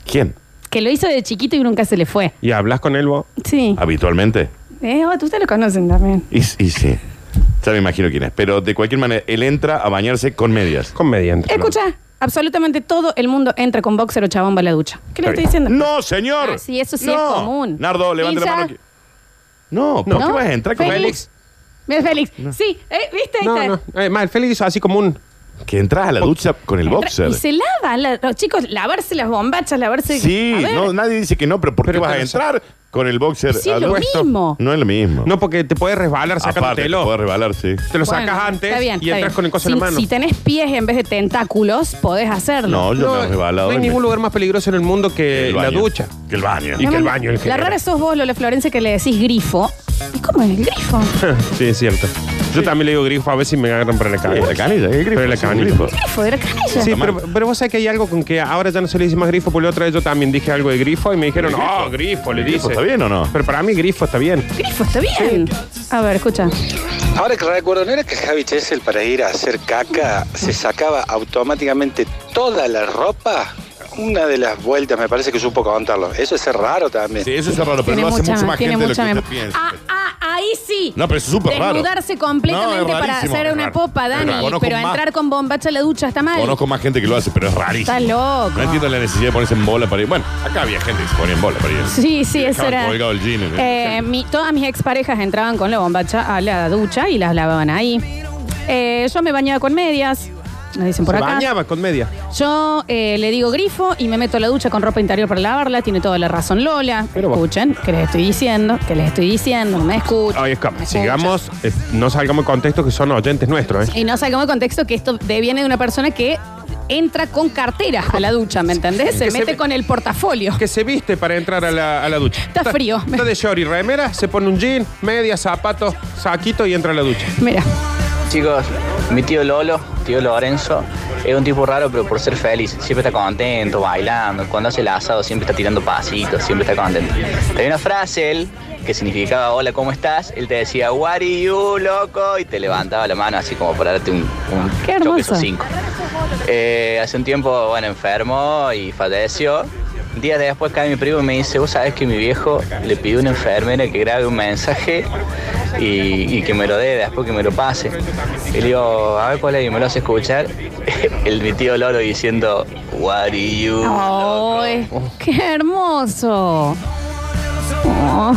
Speaker 3: ¿Quién?
Speaker 1: que lo hizo de chiquito y nunca se le fue.
Speaker 2: ¿Y hablas con él vos?
Speaker 1: Sí.
Speaker 3: Ah. Habitualmente.
Speaker 1: Eh, oh, ustedes lo conocen también.
Speaker 3: Y, y sí. Ya me imagino quién es. Pero de cualquier manera, él entra a bañarse con medias.
Speaker 2: Con medias. entra.
Speaker 1: Escucha, absolutamente todo el mundo entra con boxer o chabón a la ducha. ¿Qué le
Speaker 3: Está
Speaker 1: estoy
Speaker 3: bien.
Speaker 1: diciendo?
Speaker 3: No, señor.
Speaker 1: Ah, sí, eso sí
Speaker 3: No.
Speaker 1: es común.
Speaker 3: Nardo, levante la
Speaker 1: Lisa,
Speaker 3: mano. aquí. No, ¿por
Speaker 1: No.
Speaker 3: qué vas a entrar con
Speaker 1: Félix. Mira, Félix. Sí, eh, ¿viste? Ahí
Speaker 2: No,
Speaker 1: está.
Speaker 2: no. Eh, más, el Félix hizo así como un.
Speaker 3: Que entras a la ducha con el boxer.
Speaker 1: Y se lava. la- los chicos, lavarse las bombachas, lavarse.
Speaker 3: Sí,
Speaker 1: A ver,
Speaker 3: no, nadie dice que no, pero ¿por qué vas a entrar con el boxer?
Speaker 1: Sí, es lo
Speaker 3: puesto?
Speaker 1: mismo.
Speaker 3: No es lo mismo.
Speaker 2: No, porque te puedes resbalar
Speaker 3: Aparte, te
Speaker 2: sacándotelo.
Speaker 3: puedes resbalar, sí.
Speaker 2: Te
Speaker 1: bueno,
Speaker 2: lo sacas
Speaker 1: está
Speaker 2: antes
Speaker 1: bien,
Speaker 2: y
Speaker 1: está
Speaker 2: entras
Speaker 1: bien.
Speaker 2: con el coso
Speaker 1: si,
Speaker 2: en la mano.
Speaker 1: Si tenés pies en vez de tentáculos, podés hacerlo.
Speaker 3: No, yo me he resbalado.
Speaker 2: No hay
Speaker 3: y me-
Speaker 2: ningún lugar más peligroso en el mundo que
Speaker 3: El
Speaker 2: la
Speaker 3: baño.
Speaker 2: ducha.
Speaker 3: Que el baño.
Speaker 2: Y que el baño en
Speaker 1: La
Speaker 2: general.
Speaker 1: rara sos vos, Lola Florencia, que le decís grifo. ¿Y cómo es el grifo?
Speaker 2: sí, es cierto. Yo también le digo grifo a veces y me agarran por la canilla.
Speaker 3: la canilla, el grifo,
Speaker 2: Pero la
Speaker 3: sí, el
Speaker 2: canilla.
Speaker 3: grifo.
Speaker 1: Grifo, era canilla.
Speaker 2: Sí, pero, pero vos sabés que hay algo con que ahora ya no se le dice más grifo, porque la otra vez yo también dije algo de grifo y me dijeron,
Speaker 3: ¿Grifo?
Speaker 2: oh, grifo, le
Speaker 3: ¿Grifo
Speaker 2: dice.
Speaker 3: está bien o no?
Speaker 2: Pero para mí grifo está bien.
Speaker 1: Grifo, está bien. A ver, escucha.
Speaker 19: Ahora que recuerdo, ¿no era que Javi Chesel para ir a hacer caca se sacaba automáticamente toda la ropa? Una de las vueltas, me parece que supo contarlo. Eso es ser raro también.
Speaker 3: Sí, eso es raro,
Speaker 1: Tiene mucha, tiene mucha mem- Ah, ah, ahí sí.
Speaker 19: No, pero es súper raro.
Speaker 1: Desnudarse completamente
Speaker 3: No, es
Speaker 1: para
Speaker 3: rarísimo,
Speaker 1: hacer
Speaker 3: es
Speaker 1: una
Speaker 3: raro.
Speaker 1: popa,
Speaker 3: Es
Speaker 1: Dani.
Speaker 3: raro. Conozco
Speaker 1: Pero
Speaker 3: más-
Speaker 1: entrar con bombacha a la ducha está mal.
Speaker 3: Conozco más gente que lo hace, pero es rarísimo.
Speaker 1: Está loco.
Speaker 3: No entiendo la necesidad de ponerse en bola para ir. Bueno, acá había gente que se ponía en bola para ir.
Speaker 1: Sí, sí, eso
Speaker 3: Estaba
Speaker 1: era.
Speaker 3: colgado el jean, ¿eh?
Speaker 1: Eh, mi- todas mis exparejas entraban con la bombacha a la ducha y las lavaban ahí. Eh, yo me bañaba con medias. Me dicen por
Speaker 2: se
Speaker 1: acá.
Speaker 2: bañaba con media.
Speaker 1: Yo eh, le digo grifo y me meto a la ducha con ropa interior para lavarla. Tiene toda la razón Lola. Escuchen, que les estoy diciendo, que les estoy diciendo, no me escuchan.
Speaker 2: Oye, escapa, sigamos, eh, no salgamos de contexto que son oyentes nuestros, ¿eh?
Speaker 1: Y no salgamos de contexto que esto de- viene de una persona que entra con cartera a la ducha, ¿me entendés? Se
Speaker 2: Que se
Speaker 1: mete
Speaker 2: ve-
Speaker 1: con el portafolio.
Speaker 2: Que se viste para entrar a la, a la ducha. Está,
Speaker 1: frío.
Speaker 2: Está de short y remera, se pone un jean, media, zapatos, saquito y entra a la ducha.
Speaker 1: Mira.
Speaker 15: Chicos, mi tío Lolo, tío Lorenzo, es un tipo raro, pero por ser feliz, siempre está contento, bailando. Cuando hace el asado, siempre está tirando pasitos, siempre está contento. Tenía una frase él que significaba: Hola, ¿cómo estás? Él te decía, What are you, loco? Y te levantaba la mano así como para darte un, un
Speaker 1: Qué
Speaker 15: choque
Speaker 1: hermoso.
Speaker 15: sus cinco. Eh, hace un tiempo, bueno, enfermo y falleció. Días de después cae mi primo y me dice, vos sabés que mi viejo le pidió a una enfermera que grabe un mensaje y, y que me lo dé después que me lo pase. Y le digo, a ver cuál es, y me lo hace escuchar. El mi tío Lolo diciendo, what are you?
Speaker 1: ¡Ay! ¡Qué hermoso! Oh.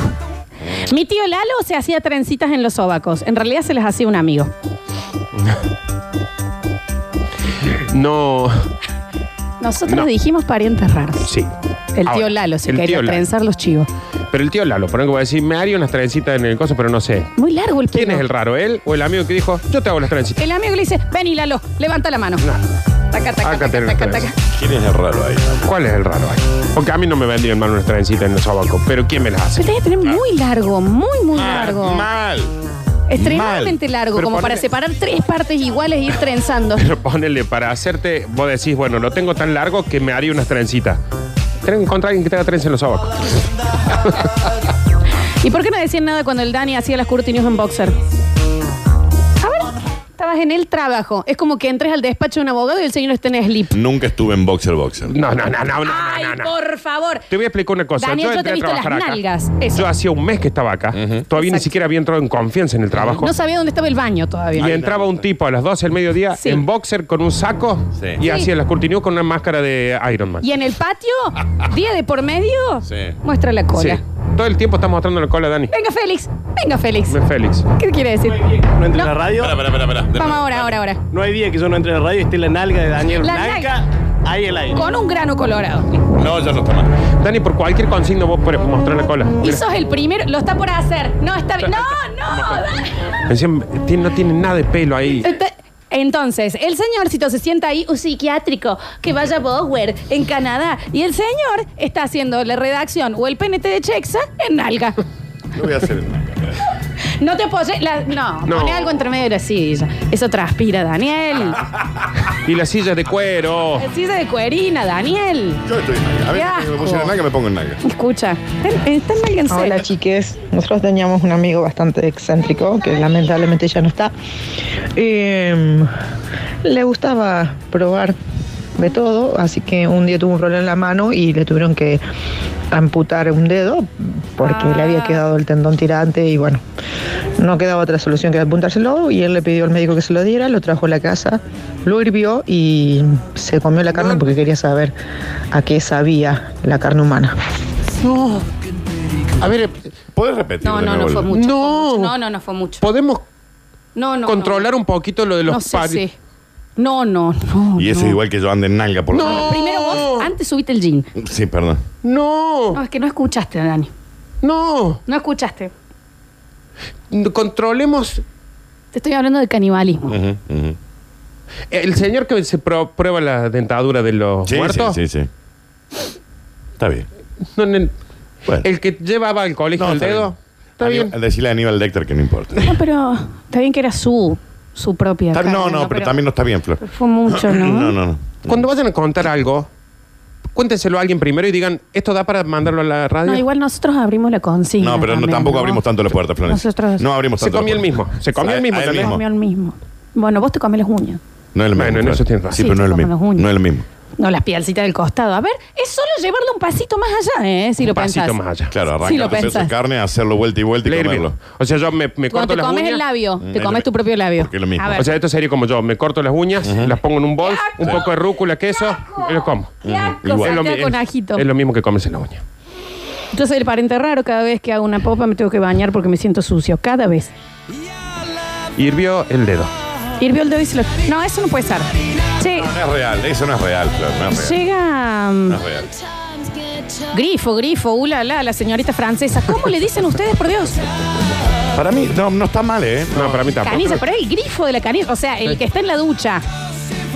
Speaker 1: Mi tío Lalo se hacía trencitas en los sobacos. En realidad se las hacía un amigo.
Speaker 2: No.
Speaker 1: Nosotros
Speaker 2: No.
Speaker 1: dijimos parientes raros.
Speaker 2: Sí.
Speaker 1: El
Speaker 2: Ahora,
Speaker 1: tío Lalo se
Speaker 2: el
Speaker 1: quería
Speaker 2: tío Lalo.
Speaker 1: trenzar los chivos.
Speaker 2: Pero el tío Lalo, por ejemplo, va a decir, me haría unas trencitas en el coso, pero no sé.
Speaker 1: Muy largo el
Speaker 2: ¿Quién
Speaker 1: pelo.
Speaker 2: es el raro? ¿Él o el amigo que dijo, yo te hago las trencitas?
Speaker 1: El amigo le dice, vení Lalo, levanta la mano. Taca, taca,
Speaker 2: Acá
Speaker 1: taca,
Speaker 2: tenés
Speaker 1: taca,
Speaker 2: las
Speaker 1: taca.
Speaker 3: ¿Quién es el raro ahí?
Speaker 2: ¿Cuál es el raro ahí? Porque a mí no me vendrían mal unas trencitas en los sobacos, pero ¿quién me las hace?
Speaker 1: Pero tenés que tener muy largo, muy, muy largo.
Speaker 2: Ah. Mal.
Speaker 1: Extremadamente largo,
Speaker 2: Pero
Speaker 1: como para
Speaker 2: ponele-
Speaker 1: separar tres partes iguales e ir trenzando.
Speaker 2: Pero ponele, para hacerte, vos decís, bueno, lo tengo tan largo que me haría unas trencitas. Tenés que encontrar a alguien que te haga trenza en los sobacos.
Speaker 1: ¿Y por qué no decían nada cuando el Dani hacía las Curti News en boxer? A ver, estabas en el trabajo. Es como que entres al despacho de un abogado y el señor está en slip.
Speaker 3: Nunca estuve en boxer boxer.
Speaker 2: No, no, no, no, no.
Speaker 1: Ay, por favor.
Speaker 2: Te voy a explicar una cosa.
Speaker 1: Daniel, yo te
Speaker 2: entré
Speaker 1: he
Speaker 2: a
Speaker 1: visto las
Speaker 2: trabajar acá.
Speaker 1: nalgas. Eso.
Speaker 2: Yo hacía un mes que estaba acá. Todavía ni siquiera había entrado en confianza en el trabajo.
Speaker 1: No sabía dónde estaba el baño todavía.
Speaker 2: Y entraba un tipo a las 12 del mediodía
Speaker 1: Sí.
Speaker 2: en boxer con un saco y
Speaker 1: Sí.
Speaker 2: hacía las continuó con una máscara de Iron Man.
Speaker 1: Y en el patio, día de por medio,
Speaker 2: Sí.
Speaker 1: muestra la cola.
Speaker 2: Sí. Todo el tiempo está mostrando la cola, Dani.
Speaker 1: Venga, Félix. Venga, Félix.
Speaker 2: Ve, Félix.
Speaker 1: ¿Qué quiere decir?
Speaker 20: No entre en la radio.
Speaker 1: Vamos ahora, ahora, ahora.
Speaker 20: No hay día que yo no entre en la radio y esté la nalga de Daniel
Speaker 1: La
Speaker 20: Blanca. Ahí el aire.
Speaker 1: Con un grano colorado.
Speaker 2: No, ya no está mal. Dani, por cualquier consigno vos podés mostrar la cola.
Speaker 1: Y
Speaker 2: Mira.
Speaker 1: sos el primero. Lo está por hacer. No, está bien. No, no, Dani.
Speaker 2: Encima, tiene- no tiene nada de pelo ahí.
Speaker 1: Ent- Entonces, el señorcito se sienta ahí, un psiquiátrico, que vaya a Bower, en Canadá, y el señor está haciendo la redacción o el PNT de Chexa en nalga.
Speaker 3: Lo voy a hacer.
Speaker 1: No te apoyes, la- no,
Speaker 2: No.
Speaker 1: pone algo entre medio de la silla. Eso transpira, Daniel.
Speaker 2: Y las sillas de cuero.
Speaker 1: La silla de cuerina, Daniel.
Speaker 3: Yo estoy en nalga.
Speaker 1: Qué
Speaker 3: A ver,
Speaker 1: asco.
Speaker 3: me pusieron en nalga, me pongo en nalga.
Speaker 1: Escucha, está- está en nalga en serio.
Speaker 21: Hola chiques, nosotros teníamos un amigo bastante excéntrico que lamentablemente ya no está. Em, le gustaba probar de todo, así que un día tuvo un rol en la mano y le tuvieron que amputar un dedo porque le había
Speaker 1: Ah.
Speaker 21: quedado el tendón tirante y bueno, no quedaba otra solución que apuntárselo y él le pidió al médico que se lo diera, lo trajo a la casa, lo hirvió y se comió la carne porque quería saber a qué sabía la carne humana.
Speaker 3: A ver, ¿puedes repetir?
Speaker 1: No,
Speaker 3: de
Speaker 1: no,
Speaker 3: nuevo
Speaker 1: no fue
Speaker 3: el-
Speaker 1: mucho. No, no, no, no fue mucho.
Speaker 2: Podemos
Speaker 1: No, no.
Speaker 2: controlar un poquito lo de los
Speaker 1: No sé,
Speaker 2: pari-
Speaker 1: sí. No, no, no.
Speaker 3: Y eso
Speaker 1: no.
Speaker 3: es igual que yo ande en nalga por
Speaker 1: no,
Speaker 3: la noche.
Speaker 1: primero vos, antes subiste el jean.
Speaker 3: Sí, perdón.
Speaker 1: No. No, es que no escuchaste, Dani.
Speaker 2: No.
Speaker 1: No escuchaste.
Speaker 2: Controlemos.
Speaker 1: Te estoy hablando de canibalismo.
Speaker 3: Ujú, ujú.
Speaker 2: El señor que se pro- prueba la dentadura de los
Speaker 3: Sí,
Speaker 2: muertos.
Speaker 3: sí, sí, sí. Está bien.
Speaker 2: No, no, El que llevaba al colegio el dedo. Está bien.
Speaker 3: Aníbal- Decirle a Aníbal Lecter que no importa.
Speaker 1: No, pero está bien que era su, su propia.
Speaker 3: Está-
Speaker 1: carne,
Speaker 3: no, no, pero también no está bien, Flor.
Speaker 1: Fue mucho, ¿no?
Speaker 3: No, no, no.
Speaker 2: Cuando vayan a contar algo, cuéntenselo a alguien primero y digan, esto da para mandarlo a la radio.
Speaker 1: No, igual nosotros abrimos la consigna.
Speaker 3: No, pero no,
Speaker 1: también,
Speaker 3: tampoco abrimos tanto la puerta, Flor.
Speaker 1: Nosotros-
Speaker 3: No abrimos
Speaker 2: Se
Speaker 3: tanto.
Speaker 2: comió el mismo. Se comió el mismo
Speaker 3: El
Speaker 1: Se
Speaker 3: mismo.
Speaker 1: comió el mismo. Bueno, vos te comes los uñas,
Speaker 3: No es el mismo.
Speaker 2: Bueno, en
Speaker 3: Flor.
Speaker 2: eso tienes razón.
Speaker 3: Sí, pero
Speaker 1: Sí,
Speaker 3: no es lo
Speaker 1: se comen
Speaker 3: mismo.
Speaker 1: los uños.
Speaker 3: No es lo mismo.
Speaker 1: no las piedalcitas del costado. A ver, es solo llevarlo un pasito más allá, ¿eh? Si lo pensás.
Speaker 3: Claro, arrancar
Speaker 1: Sí, lo
Speaker 3: un pedazo de
Speaker 1: pensás.
Speaker 3: carne, hacerlo vuelta y vuelta y comerlo.
Speaker 2: O sea, yo me,
Speaker 1: Cuando
Speaker 2: me corto
Speaker 1: te
Speaker 2: las
Speaker 1: comes
Speaker 2: uñas.
Speaker 1: el labio,
Speaker 2: Mm,
Speaker 1: te
Speaker 2: es
Speaker 1: comes
Speaker 2: lo-
Speaker 1: tu propio labio.
Speaker 2: porque es lo mismo.
Speaker 1: A ver.
Speaker 2: O sea, esto sería como yo, me corto las uñas, las pongo en un bol, un poco de rúcula, queso, y lo como.
Speaker 1: asco,
Speaker 2: Es, lo, mi-
Speaker 1: saltea con ajito.
Speaker 2: es, es lo mismo que comerse las uñas.
Speaker 1: Yo soy el pariente raro, cada vez que hago una popa me tengo que bañar porque me siento sucio, cada vez.
Speaker 2: Hirvió el dedo.
Speaker 1: Hirvió el dedo y se lo... No, eso no puede ser. Che,
Speaker 3: No es real, eso no es real, Flor. No es real.
Speaker 1: llega... mm,
Speaker 3: No es real.
Speaker 1: Grifo, grifo, ulala, la, la señorita francesa. ¿Cómo le dicen ustedes, por Dios?
Speaker 3: Para mí, no, no está mal, ¿eh?
Speaker 2: No, para mí tampoco.
Speaker 1: Canilla, pero es el grifo de la canilla, o sea, el que está en la ducha.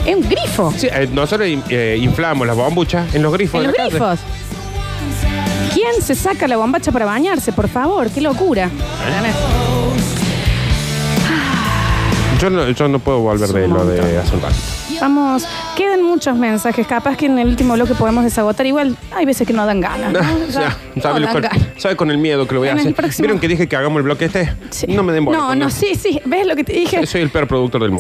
Speaker 1: Es un grifo.
Speaker 2: Sí, eh, nosotros eh, inflamos las bombuchas en los grifos.
Speaker 1: En
Speaker 2: de
Speaker 1: los
Speaker 2: la casa.
Speaker 1: grifos. ¿Quién se saca la bombacha para bañarse, por favor? ¡Qué locura!
Speaker 2: ¿Eh? Yo no, yo no puedo volver de lo de hacer baño.
Speaker 1: Vamos, quedan muchos mensajes. Capaz que en el último bloque podemos desagotar. Igual hay veces que no dan ganas. ¿no?
Speaker 2: No,
Speaker 1: Ya,
Speaker 2: ya, sabe,
Speaker 1: no dan
Speaker 2: con,
Speaker 1: ganas.
Speaker 2: sabe con el miedo que lo voy a
Speaker 1: En el
Speaker 2: hacer.
Speaker 1: próximo-
Speaker 2: ¿Vieron que dije que hagamos el bloque este? No me den bola.
Speaker 1: No, no, sí, sí. ¿Ves lo que te dije?
Speaker 2: Soy el peor productor del mundo.